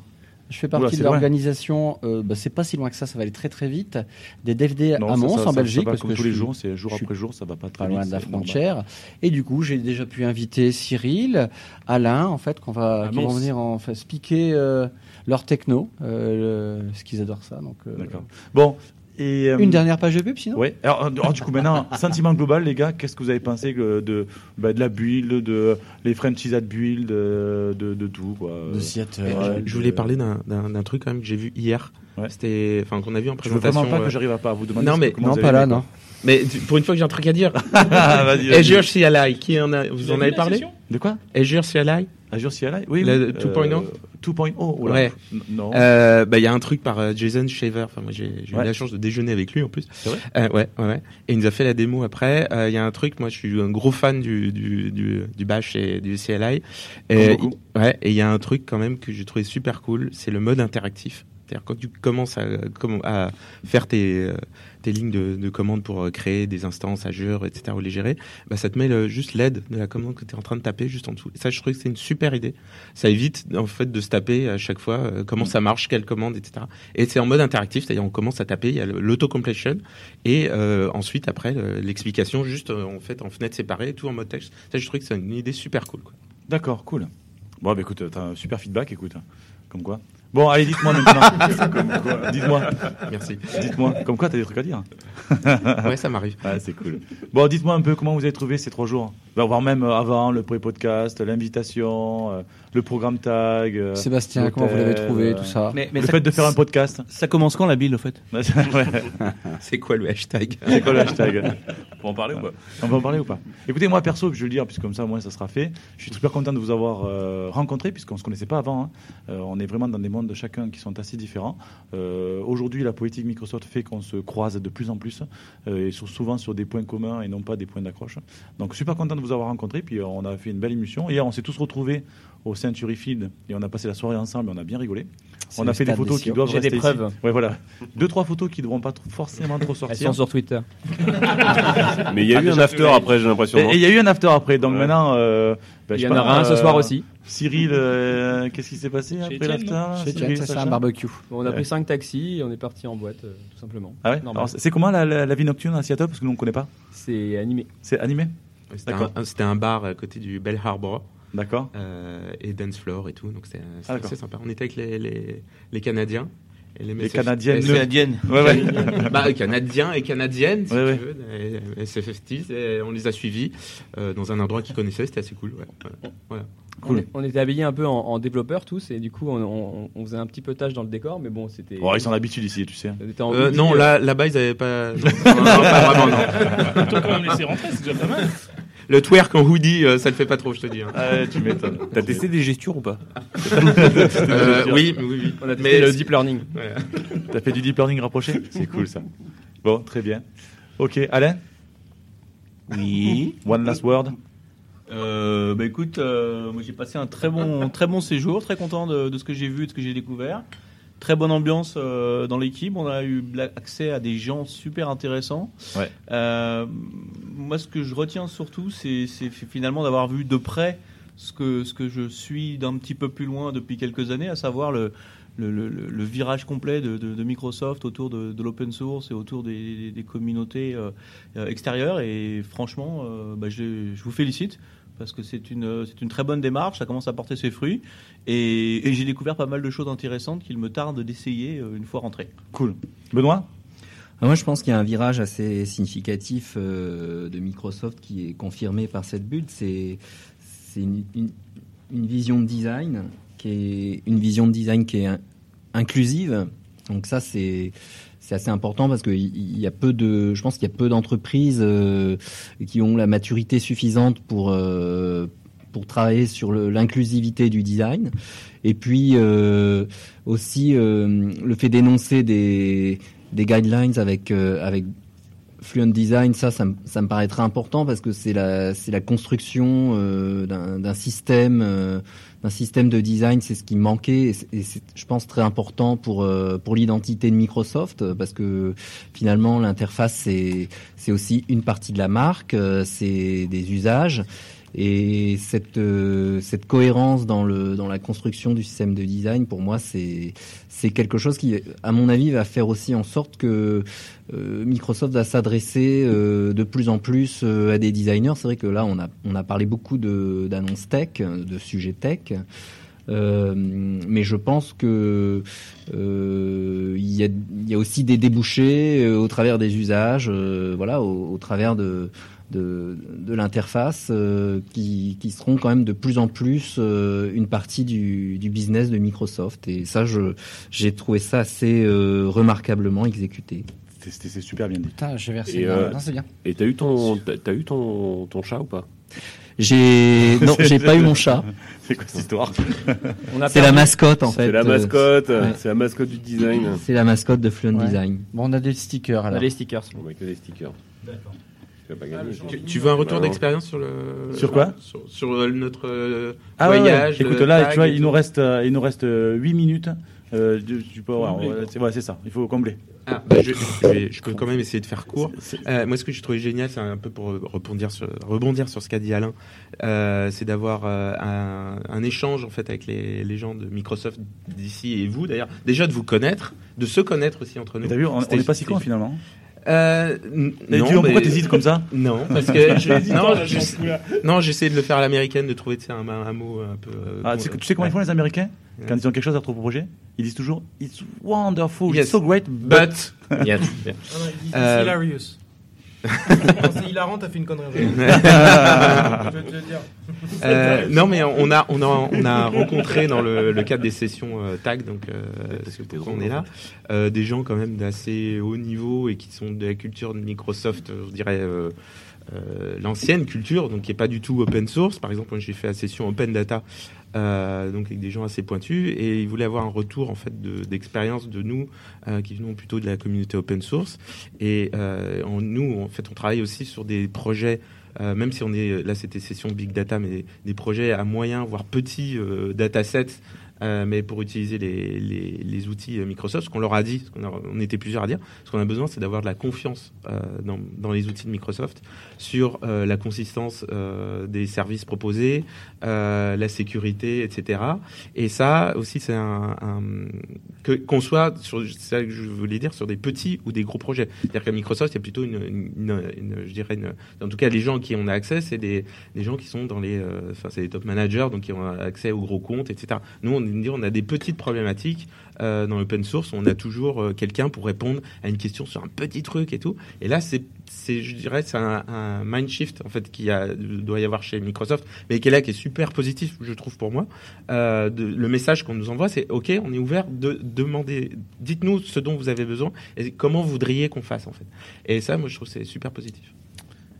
je fais partie
Oula, c'est
de
loin.
l'organisation, euh, bah, c'est pas si loin que ça, ça va aller très très vite, des DFD
Non,
à
ça-
Mons
ça-
en
ça- ça
Belgique.
va
parce
comme
que
tous
je
les
suis-
jours, c'est jour
je suis
après jour, ça va pas très
pas loin
vite,
de la
c'est normal.
frontière. Et du coup, j'ai déjà pu inviter Cyril, Alain, en fait, qu'on va,
À
qui vont
Mons.
venir en fait, piquer euh, leur techno, euh, le- parce qu'ils adorent ça. Donc, euh,
D'accord. Bon. Et, euh,
Une dernière page de pub, sinon
Ouais. Alors, euh, alors, du coup, maintenant, sentiment global, les gars, qu'est-ce que vous avez pensé euh, de, bah, de la build, de les Frenchies at build, euh, de, de tout quoi.
Euh,
Ouais,
je- Je voulais parler d'un- d'un d'un truc quand même que j'ai vu hier. C'était, enfin, qu'on a vu en
Je veux
présentation.
vraiment pas
euh,
que j'arrive à pas à vous demander.
Non
ce-
mais
comment vous avez aimé, quoi.
Mais tu- pour une fois que j'ai un truc à dire.
Ah, vas-y, vas-y.
Et George Cialai, qui en a, vous
avez
en
vu
avez
la
parlé
session De quoi Ah,
Et George Cialai.
Azure CLI Oui,
La
oui.
2.0
Euh, 2.0, oh là.
ouais.
N- Non.
Euh, bah, il y a un truc par euh, Jason Shaver. Enfin, moi, j'ai j'ai
Ouais.
eu la chance de déjeuner avec lui en plus.
C'est vrai
Euh, ouais, ouais, ouais. Et il nous a fait la démo après. Euh, Il y a un truc. Moi, je suis un gros fan du du du, du Bash et du CLI.
Comme
Et,
beaucoup.
il- ouais. Et il y a un truc quand même que j'ai trouvé super cool. C'est le mode interactif. C'est-à-dire quand tu commences à, comment- à faire tes, euh, tes lignes de, de commande pour euh, créer des instances Azure, etc., ou les gérer, bah, ça te met le- juste l'aide de la commande que tu es en train de taper juste en dessous. Et ça, je trouve que c'est une super idée. Ça évite en fait de se taper à chaque fois euh, comment ça marche, quelle commande, etc. Et c'est en mode interactif, c'est-à-dire on commence à taper, il y a le- l'autocompletion, et euh, ensuite après le- l'explication juste euh, en fait en fenêtre séparée, tout en mode texte. Ça, je trouve que c'est une idée super cool. quoi.
D'accord, cool. Bon, bah écoute, euh, t'as un super feedback, écoute. hein. Comme quoi. Bon, allez, dites-moi maintenant. Comme quoi, Dites-moi.
Merci.
Dites-moi. Comme quoi, t'as des trucs à dire.
Ouais, ça m'arrive.
Ah, c'est cool. Bon, dites-moi un peu comment vous avez trouvé ces trois jours. Bah, voire même euh, avant, le pré-podcast, l'invitation, euh, le programme tag. euh,
Sébastien,
l'hôtel,
comment vous l'avez trouvé,
euh,
tout ça
le fait de faire un podcast.
Ça commence quand la build, au fait
C'est quoi le hashtag
C'est quoi le hashtag Faut en parler ou pas On va en parler ou pas Écoutez, moi perso, je vais le dire, puisque comme ça, moi, ça sera fait. Je suis super content de vous avoir euh, rencontré, puisqu'on se connaissait pas avant. hein. Euh, on est vraiment dans des mondes de chacun qui sont assez différents. Euh, Aujourd'hui, la politique Microsoft fait qu'on se croise de plus en plus, euh, et sur- souvent sur des points communs et non pas des points d'accroche. Donc, super content de vous avoir rencontré. Puis, euh, on a fait une belle émission. Hier, on s'est tous retrouvés au Century Field et on a passé la soirée ensemble et on a bien rigolé.
C'est
On
le
a fait des
stade
photos
des
qui
sciences.
doivent
J'ai des
rester
preuves.
ici. Ouais, voilà. Deux, trois photos qui ne devront pas trop- forcément trop sortir.
Elles sont sur Twitter.
Ah.
Mais
il y a eu un after après, j'ai l'impression, non
Et et il y a eu un after après, donc
Ouais.
maintenant. euh, bah,
Il
je
y
sais
en
pas,
aura un ce
euh,
soir aussi.
Cyril, euh, qu'est-ce qui s'est passé après l'after là, Cyril, Sacha
Bon, on a
Ouais.
pris 5 taxis et on est parti en boîte, euh, tout simplement.
Ah ouais
Normal.
Alors, C'est c'est comment la, la- la vie nocturne à Seattle Parce que nous on connaît pas.
C'est euh, animé.
C'est animé
C'était
D'accord.
un, c'était un bar à côté du Bell Harbor.
D'accord. Ah,
et dance floor et tout, donc c'était c'était
d'accord.
assez sympa. On était avec les, les, les Canadiens.
Les Canadiennes.
Les Canadiennes.
Ouais, ouais.
bah, Canadiens et Canadiennes, si
Ouais, ouais.
tu veux. SFFT, on les a suivis euh, dans un endroit qu'ils connaissaient, c'était assez cool. ouais. Voilà. Voilà.
On, est- on était habillés un peu en, en développeurs tous, et du coup, on, on- on faisait un petit peu tâche dans le décor, mais bon, c'était.
Oh, ils sont d'habitude ici, tu sais.
On était en
Euh,
hoodie,
non,
euh,
là, là-bas, ils n'avaient pas. Non, non, pas vraiment, non.
Plutôt quand même laisser rentrer, c'est déjà pas mal.
Le twerk en hoodie, euh, ça le fait pas trop, je te dis. hein.
Ah ouais, tu m'étonnes. T'as testé des gestures ou pas
Euh, Oui, oui, oui.
On a testé le deep learning.
Ouais.
T'as fait du deep learning rapproché C'est cool ça. Bon, très bien. Ok, Alain
Oui.
One last word.
Euh, bah écoute, euh, moi j'ai passé un très bon, très bon séjour, très content de, de ce que j'ai vu, de ce que j'ai découvert. Très bonne ambiance euh, dans l'équipe. On a eu la- accès à des gens super intéressants.
Ouais.
Euh, moi, ce que je retiens surtout, c'est c'est finalement d'avoir vu de près ce que, ce que je suis d'un petit peu plus loin depuis quelques années, à savoir le, le, le- le- le virage complet de, de- de Microsoft autour de, de l'open source et autour des, des communautés euh, euh, extérieures. Et franchement, euh, bah, je, je vous félicite. Parce que c'est une, euh, c'est une très bonne démarche, ça commence à porter ses fruits. Et, et j'ai découvert pas mal de choses intéressantes qu'il me tarde d'essayer euh, une fois rentré.
Cool. Benoît
Ah, Moi, je pense qu'il y a un virage assez significatif euh, de Microsoft qui est confirmé par cette bulle. C'est c'est une, une- une vision de design qui est une vision de design qui est in- inclusive. Donc ça, c'est c'est assez important parce que il- il y a peu de, je pense qu'il y a peu d'entreprises euh, qui ont la maturité suffisante pour euh, pour travailler sur le- l'inclusivité du design. Et puis euh, aussi euh, le fait d'énoncer des, des guidelines avec, euh, avec Fluent Design, ça, ça, me- ça me paraîtra important parce que c'est la, c'est la construction euh, d'un d'un système, euh, d'un système de design, c'est ce qui manquait et c'est- et c'est, je pense, très important pour, euh, pour l'identité de Microsoft euh, parce que finalement, l'interface, c'est, c'est aussi une partie de la marque, euh, c'est des usages. Et cette, euh, cette cohérence dans, le, dans la construction du système de design, pour moi, c'est c'est quelque chose qui, à mon avis, va faire aussi en sorte que euh, Microsoft va s'adresser euh, de plus en plus euh, à des designers. C'est vrai que là, on a, on a parlé beaucoup de- d'annonces tech, de sujets tech. Euh, mais je pense que euh, il y, a, il y a aussi des débouchés euh, au travers des usages, euh, voilà, au, au travers de de, de l'interface euh, qui, qui seront quand même de plus en plus euh, une partie du, du business de Microsoft. Et ça, je j'ai trouvé ça assez euh, remarquablement exécuté.
C'était c'est super bien dit.
Putain, j'ai versé.
Et
Non,
euh,
non, c'est bien.
et t'as eu ton, t'as t'as eu ton, ton chat ou pas
J'ai non, j'ai pas eu mon chat.
C'est quoi cette histoire
On a
C'est la mascotte en fait.
C'est la
euh,
mascotte,
ouais.
c'est la mascotte du design.
C'est la mascotte de Fluent
Ouais.
Design.
Bon, on a des stickers
on a
alors.
les stickers.
On va bah, que des stickers.
D'accord.
Tu vas pas gagner.
Tu, tu veux un retour
Bah, non.
d'expérience sur le.
Sur quoi
Sur, sur, euh, notre euh,
Ah ouais, ouais.
voyage. le
Écoute, là,
tag
tu vois,
et
il
tout.
nous reste, euh, il nous reste 8 minutes. Euh, tu, tu peux, ouais,
Combler.
ouais, c'est ouais, c'est ça, il faut combler.
Ah, bah, je, je vais- je peux quand même essayer de faire court. Euh, moi, ce que j'ai trouvé génial, c'est un peu pour rebondir sur, rebondir sur ce qu'a dit Alain, euh, c'est d'avoir euh, un, un échange en fait avec les, les gens de Microsoft d'ici et vous d'ailleurs. Déjà de vous connaître, de se connaître aussi entre nous.
Mais t'as vu, on on
C'était-
est pas si con
c'était-
finalement.
Euh, n-
Mais
non,
dis-moi, pourquoi
mais-
t'hésites comme ça
Non, parce que
Je l'hésite
non,
pas, là,
je-
j'en fous, là.
non, j'essaie de le faire à l'américaine, de trouver tu sais, un, un mot un peu. euh,
Ah,
con-
tu sais- tu sais comment ils font les Américains Quand ils ont quelque chose à trop projet, ils disent toujours It's wonderful,
Yes.
it's so great, but.
But yes.
Ah non, il dit,
Euh,
C'est hilarious. Quand c'est hilarant, t'as fait une connerie. je vais te le dire.
Euh, non, mais on a, on a, on a rencontré dans le, le cadre des sessions euh, TAG, donc euh, c'est pourquoi on est là, euh, des gens quand même d'assez haut niveau et qui sont de la culture de Microsoft, euh, je dirais. euh, euh, l'ancienne culture, donc qui est pas du tout open source. Par exemple, moi, j'ai fait la session open data, euh, donc avec des gens assez pointus, et ils voulaient avoir un retour en fait de- d'expérience de, nous euh, qui venons plutôt de la communauté open source. Et euh, on- nous, en fait, on travaille aussi sur des projets. euh, même si on est là, c'était session big data, mais des projets à moyen voire petits euh, datasets, euh, mais pour utiliser les, les- les outils euh, Microsoft, ce qu'on leur a dit, ce qu'on leur- on était plusieurs à dire, ce qu'on a besoin, c'est d'avoir de la confiance euh, dans, dans les outils de Microsoft sur euh, la consistance euh, des services proposés, euh, la sécurité, etc. Et ça aussi, c'est un, un- que qu'on soit sur, c'est ça que je voulais dire, sur des petits ou des gros projets. C'est-à-dire qu'à Microsoft, il y a plutôt une, une- une- une- je dirais, une- en tout cas, les gens qui on a accès, c'est des, des gens qui sont dans les, euh, enfin, c'est les top managers, donc qui ont accès aux gros comptes, etc. Nous, on de me dire on a des petites problématiques euh, dans l'open source, on a toujours euh, quelqu'un pour répondre à une question sur un petit truc et tout. Et là, c'est, c'est je dirais, c'est un, un mind shift en fait qui a, doit y avoir chez Microsoft, mais qui est là, qui est super positif, je trouve pour moi. Euh, de- le message qu'on nous envoie, c'est OK, on est ouvert, de, demandez, dites-nous ce dont vous avez besoin et comment vous voudriez qu'on fasse en fait. Et ça, moi, je trouve que c'est super positif.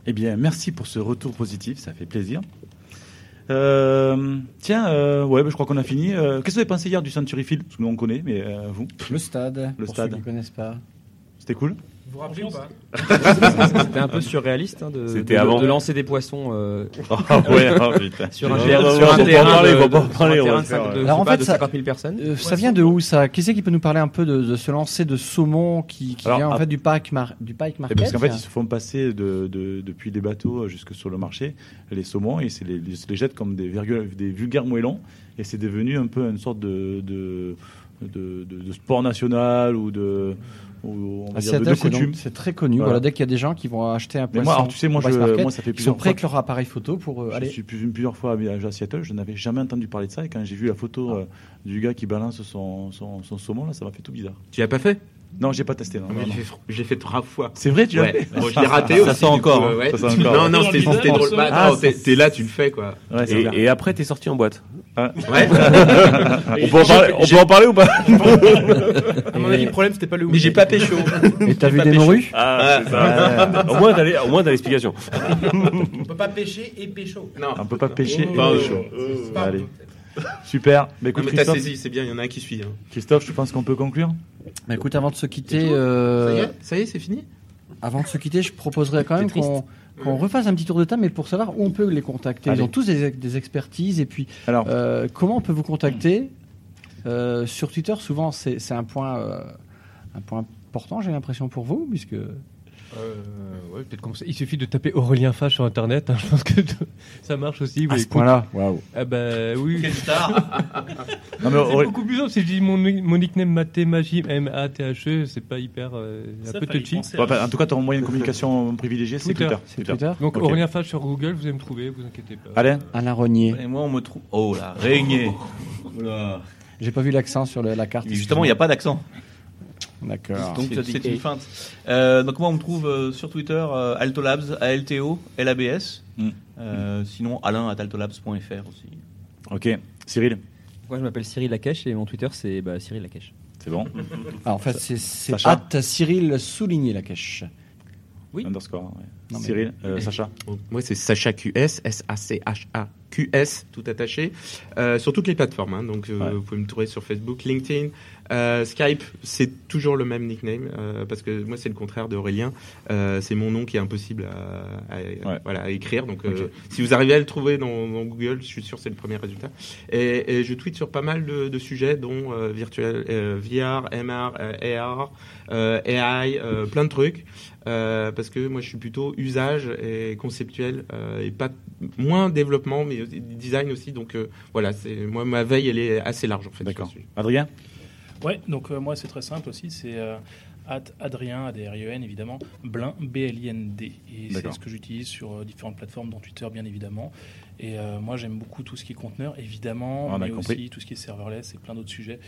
Eh bien, merci pour ce retour positif, ça fait plaisir. Euh, tiens, euh, ouais, bah, je crois qu'on a fini. Euh, Qu'est-ce que vous avez pensé hier du Century Field Parce que nous on connaît, mais euh, vous
Le stade.
Le
pour
stade.
ceux qui connaissent pas.
C'était cool
Vous vous rappelez ou pas
C'était un peu surréaliste hein, de,
C'était
de-
avant.
de lancer des poissons euh,
Ah ouais, oh putain.
sur un
Faut
terrain,
pas
sur un
en
terrain
parler,
de-
faut pas
sur
en
un
parler, on va
terrain
le faire, euh,
de- de-
ouais. Alors,
je sais
en
pas,
fait,
de
ça-
50 000 personnes.
Euh, ça vient de où ça Qui c'est qui peut nous parler un peu de, de ce lancer de saumon qui, qui
Alors,
vient en
à-
fait du parc mar- du parc
Et
market
parce qu'en fait, ils se font passer de, de- depuis les bateaux euh, jusque sur le marché, les saumons, et c'est les, ils se les jettent comme des, virgu- des vulgaires moellons, et c'est devenu un peu une sorte de, de, de- de- de sport national ou de, ou, on va
À
dire de- de
Seattle, Ah, c'est donc-
coutume.
c'est très connu. Voilà. dès qu'il y a des gens qui vont acheter un
Mais
poisson,
moi, alors, tu sais, moi,
au Price
je-
Market,
moi, ça fait
ils sont
plusieurs
prêts
fois
avec leur appareil photo pour euh,
Je
aller.
suis plus- venu plusieurs fois à à Seattle, je n'avais jamais entendu parler de ça, et quand j'ai vu la
Ah.
photo euh, du gars qui balance son, son, son saumon, là, ça m'a fait tout bizarre.
Tu l'as pas fait
Non, j'ai pas testé. Non,
Ah, mais
non,
j'ai
non.
fait fr- J'ai fait trois fois.
C'est vrai, tu l'as
Ouais.
fait
Bon, je l'ai raté
Ça
aussi,
sent
du
encore,
coup,
hein.
euh, ouais.
Ça sent encore, hein.
Non, non, c'était
Dans le
c'était
viseur,
drôle.
ça
Bah,
sent-
attends,
Ah,
t'es-
ça-
T'es là, tu le fais quoi.
Ouais, c'est clair.
Et, et après, t'es sorti en boîte.
Ouais.
on, peut en parler, on peut en parler ou pas
À mon avis, le problème, c'était pas le
Mais j'ai pas pécho.
Et t'as vu des morues
Ah, c'est ça. Au moins, t'as les- au moins, t'as l'explication.
On peut pas pêcher et pécho.
Non.
On peut pas pêcher et
Enfin,
pécho.
euh, euh,
Bah, Allez. Super. Bah, écoute,
Non, mais t'as
Christophe,
saisi, c'est bien, il y en a un qui suit. hein.
Christophe, je pense qu'on peut conclure.
Mais Bah, écoute, avant de se quitter,
tout
euh,
Ça y est, ça y est, c'est fini
avant de se quitter, je proposerais quand même
T'es triste.
qu'on qu'on refasse un petit tour de table, mais pour savoir où on peut les contacter. Ils
Allez.
ont tous des, des expertises et puis
Alors.
euh, comment on peut vous contacter Euh, sur Twitter. Souvent, c'est c'est un point euh, un point important, j'ai l'impression pour vous, puisque
Euh, Ouais, peut-être comme ça. Il suffit de taper Aurélien Fa sur internet. hein, je pense que tout- ça marche aussi.
à
oui,
ce
écoute.
point-là, waouh.
Ah bah oui.
Quelle star
Non, mais
C'est
Auré-
beaucoup plus simple si je dis mon, mon nickname Mathé Magie M A T H E, c'est pas hyper euh,
Ça,
un peu
fallait y
touchy.
penser,
Ouais,
hein.
bah, en tout cas, ton moyen de communication privilégié, c'est
Twitter.
Twitter.
C'est Twitter.
Donc
Ok.
Aurélien Fage sur Google, vous allez me trouver, vous inquiétez pas.
Alain,
Alain Rognier.
Euh, Et moi, on me trouve. Oh là, régné. Oh là.
J'ai pas vu l'accent sur le- la carte.
Mais justement, il n'y a pas d'accent.
Ah,
D'accord.
Donc
C'est-
c'est
c'est
une
une
feinte. Euh, donc moi on me trouve euh, sur Twitter euh, Alto Labs, ALTO, LABS.
Mm.
Euh, sinon Alain at altolabs.fr aussi.
ok. Cyril,
Moi, je m'appelle Cyril Lacache et mon Twitter, c'est bah, Cyril Lacache.
c'est bon.
Ah, en fait, c'est- c'est
Sacha.
hâte Cyril souligner la cache.
Oui.
Underscore. ouais.
Non, mais-
Cyril, euh, Sacha.
Moi, c'est Sacha QS, S-A-C-H-A-Q-S, tout attaché, euh, sur toutes les plateformes. hein. donc, euh,
Ouais.
vous pouvez me trouver sur Facebook, LinkedIn, euh, Skype, c'est toujours le même nickname, euh, parce que moi, c'est le contraire d'Aurélien. Euh, c'est mon nom qui est impossible à, à- voilà, à écrire. Donc, euh, si vous arrivez à le trouver dans, dans Google, je suis sûr que c'est le premier résultat. Et, et je tweete sur pas mal de, de sujets, dont euh, virtuel, euh, VR, MR, euh, AR, euh, AI, euh, plein de trucs. Euh, parce que moi je suis plutôt usage et conceptuel euh, et pas moins développement mais aussi design aussi donc euh, voilà c'est moi ma veille elle est assez large en fait
D'accord.
sur le sujet.
Adrien,
Ouais, donc euh, moi c'est très simple aussi, c'est euh, at Adrien, A-D-R-I-E-N E évidemment, Blin, B-L-I-N-D. Et c'est
D'accord.
ce que j'utilise sur euh, différentes plateformes, dont Twitter bien évidemment. Et euh, moi j'aime beaucoup tout ce qui est conteneur, évidemment,
Ah, On a
mais
compris.
aussi tout ce qui est serverless et plein d'autres sujets.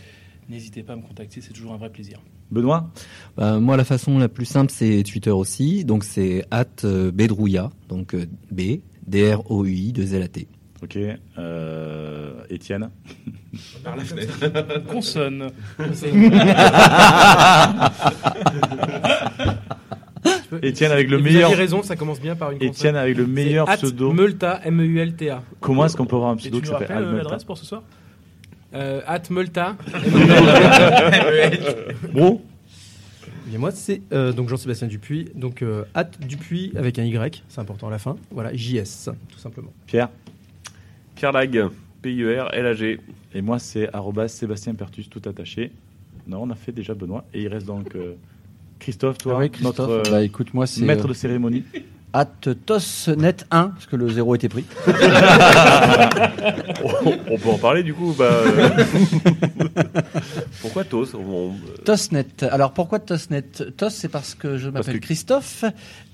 N'hésitez pas à me contacter, c'est toujours un vrai plaisir.
Benoît,
Bah, moi, la façon la plus simple, c'est Twitter aussi. Donc, c'est at euh, Bedrouilla. Donc, euh, B, D-R-O-U-I, 2 L-A-T.
ok. Euh, Étienne.
Consonne
Étienne avec le
Et
meilleur.
Vous avez raison, ça commence bien par une consonne.
Étienne avec le meilleur
C'est at E
pseudo.
Meulta, M-E-U-l-T-A.
Comment est-ce qu'on peut avoir un
Et tu
pseudo qui
nous
s'appelle
rappelles euh,
Almeida
l'adresse pour ce soir
Euh, at Meulta.
Bro,
Et moi, c'est euh, donc Jean-Sébastien Dupuis. Donc, euh, at Dupuis avec un Y, c'est important à la fin. Voilà, JS, tout simplement.
Pierre.
Pierre Lag, P-I-E-R-L-A-G.
Et moi, c'est arobase Sébastien Pertus, tout attaché. Non, on a fait déjà Benoît. Et il reste donc euh, Christophe, toi,
Ah oui, Christophe.
notre euh,
Bah, écoute, moi, c'est
maître
euh,
de cérémonie.
at tosnet1, parce que le zéro était pris.
on, on peut en parler du coup bah, euh, Pourquoi TOS euh, On- on-
Tosnet. Alors pourquoi Tosnet Tos, c'est parce que je
Parce
m'appelle
que-
Christophe.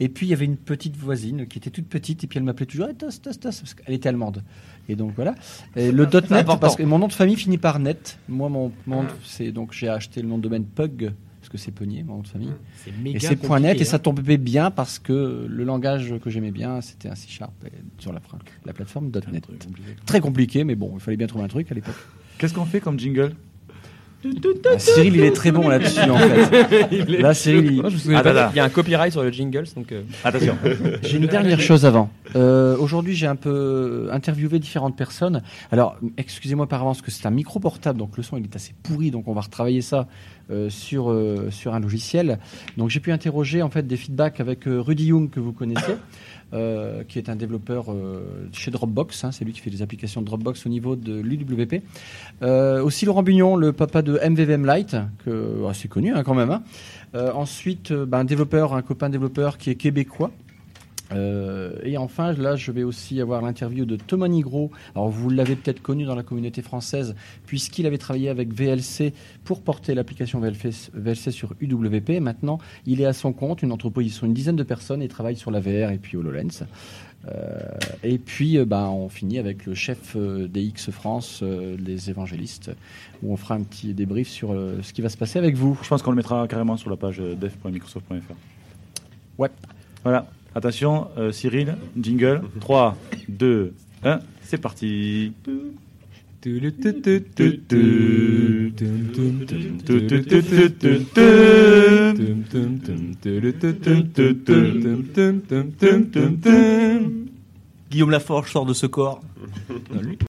Et puis il y avait une petite voisine qui était toute petite et puis elle m'appelait toujours Eh, Tos, Tos, Tos, parce qu'elle était allemande. Et donc voilà. Et le
C'est
.net,
important.
parce que mon nom de famille finit par net. Moi, mon, mon- c'est donc j'ai acheté le nom de domaine Pug. Parce que c'est Peunier, mon nom de
Mmh.
famille.
C'est
Et
méga
c'est point net,
compliqué,
et ça
hein.
tombait bien parce que le langage que j'aimais bien, c'était un C-Sharp sur la, fra- la plateforme .net. Très compliqué, mais bon, il fallait bien trouver un truc à l'époque.
Qu'est-ce qu'on fait comme jingle
Ah, Cyril, il est très bon là-dessus, en
Il
fait.
est
Là, Cyril, il-
Moi, je me souviens
Ah,
pas,
là, là.
Il y a un copyright sur le jingle, donc. euh,
J'ai une dernière chose avant. Euh, Aujourd'hui, j'ai un peu interviewé différentes personnes. Alors, excusez-moi par avance que c'est un micro portable, donc le son il est assez pourri, donc on va retravailler ça euh, sur euh, sur un logiciel. Donc j'ai pu interroger en fait des feedbacks avec euh, Rudy Young que vous connaissez, euh, qui est un développeur euh, chez Dropbox. hein, c'est lui qui fait les applications de Dropbox au niveau de l'UWP. Euh, aussi Laurent Bugnon, le papa de MVVM Lite, que assez connu hein, quand même. hein. Euh, ensuite, euh, ben, un développeur, un copain développeur qui est québécois. Euh, et enfin, là, je vais aussi avoir l'interview de Thomas Nigro. Alors, vous l'avez peut-être connu dans la communauté française, puisqu'il avait travaillé avec VLC pour porter l'application VLC, VLC sur UWP. Maintenant, il est à son compte, une entreprise, ils sont une dizaine de personnes, et travaille sur la VR et puis HoloLens. Euh, et puis, euh, bah, on finit avec le chef euh, des X France, euh, les évangélistes, où on fera un petit débrief sur euh, ce qui va se passer avec vous.
Je pense qu'on le mettra carrément sur la page euh, dev.microsoft.fr.
Ouais.
Voilà. Attention, euh, Cyril, jingle. 3, 2, 1, c'est parti.
Guillaume Laforge sort de ce corps.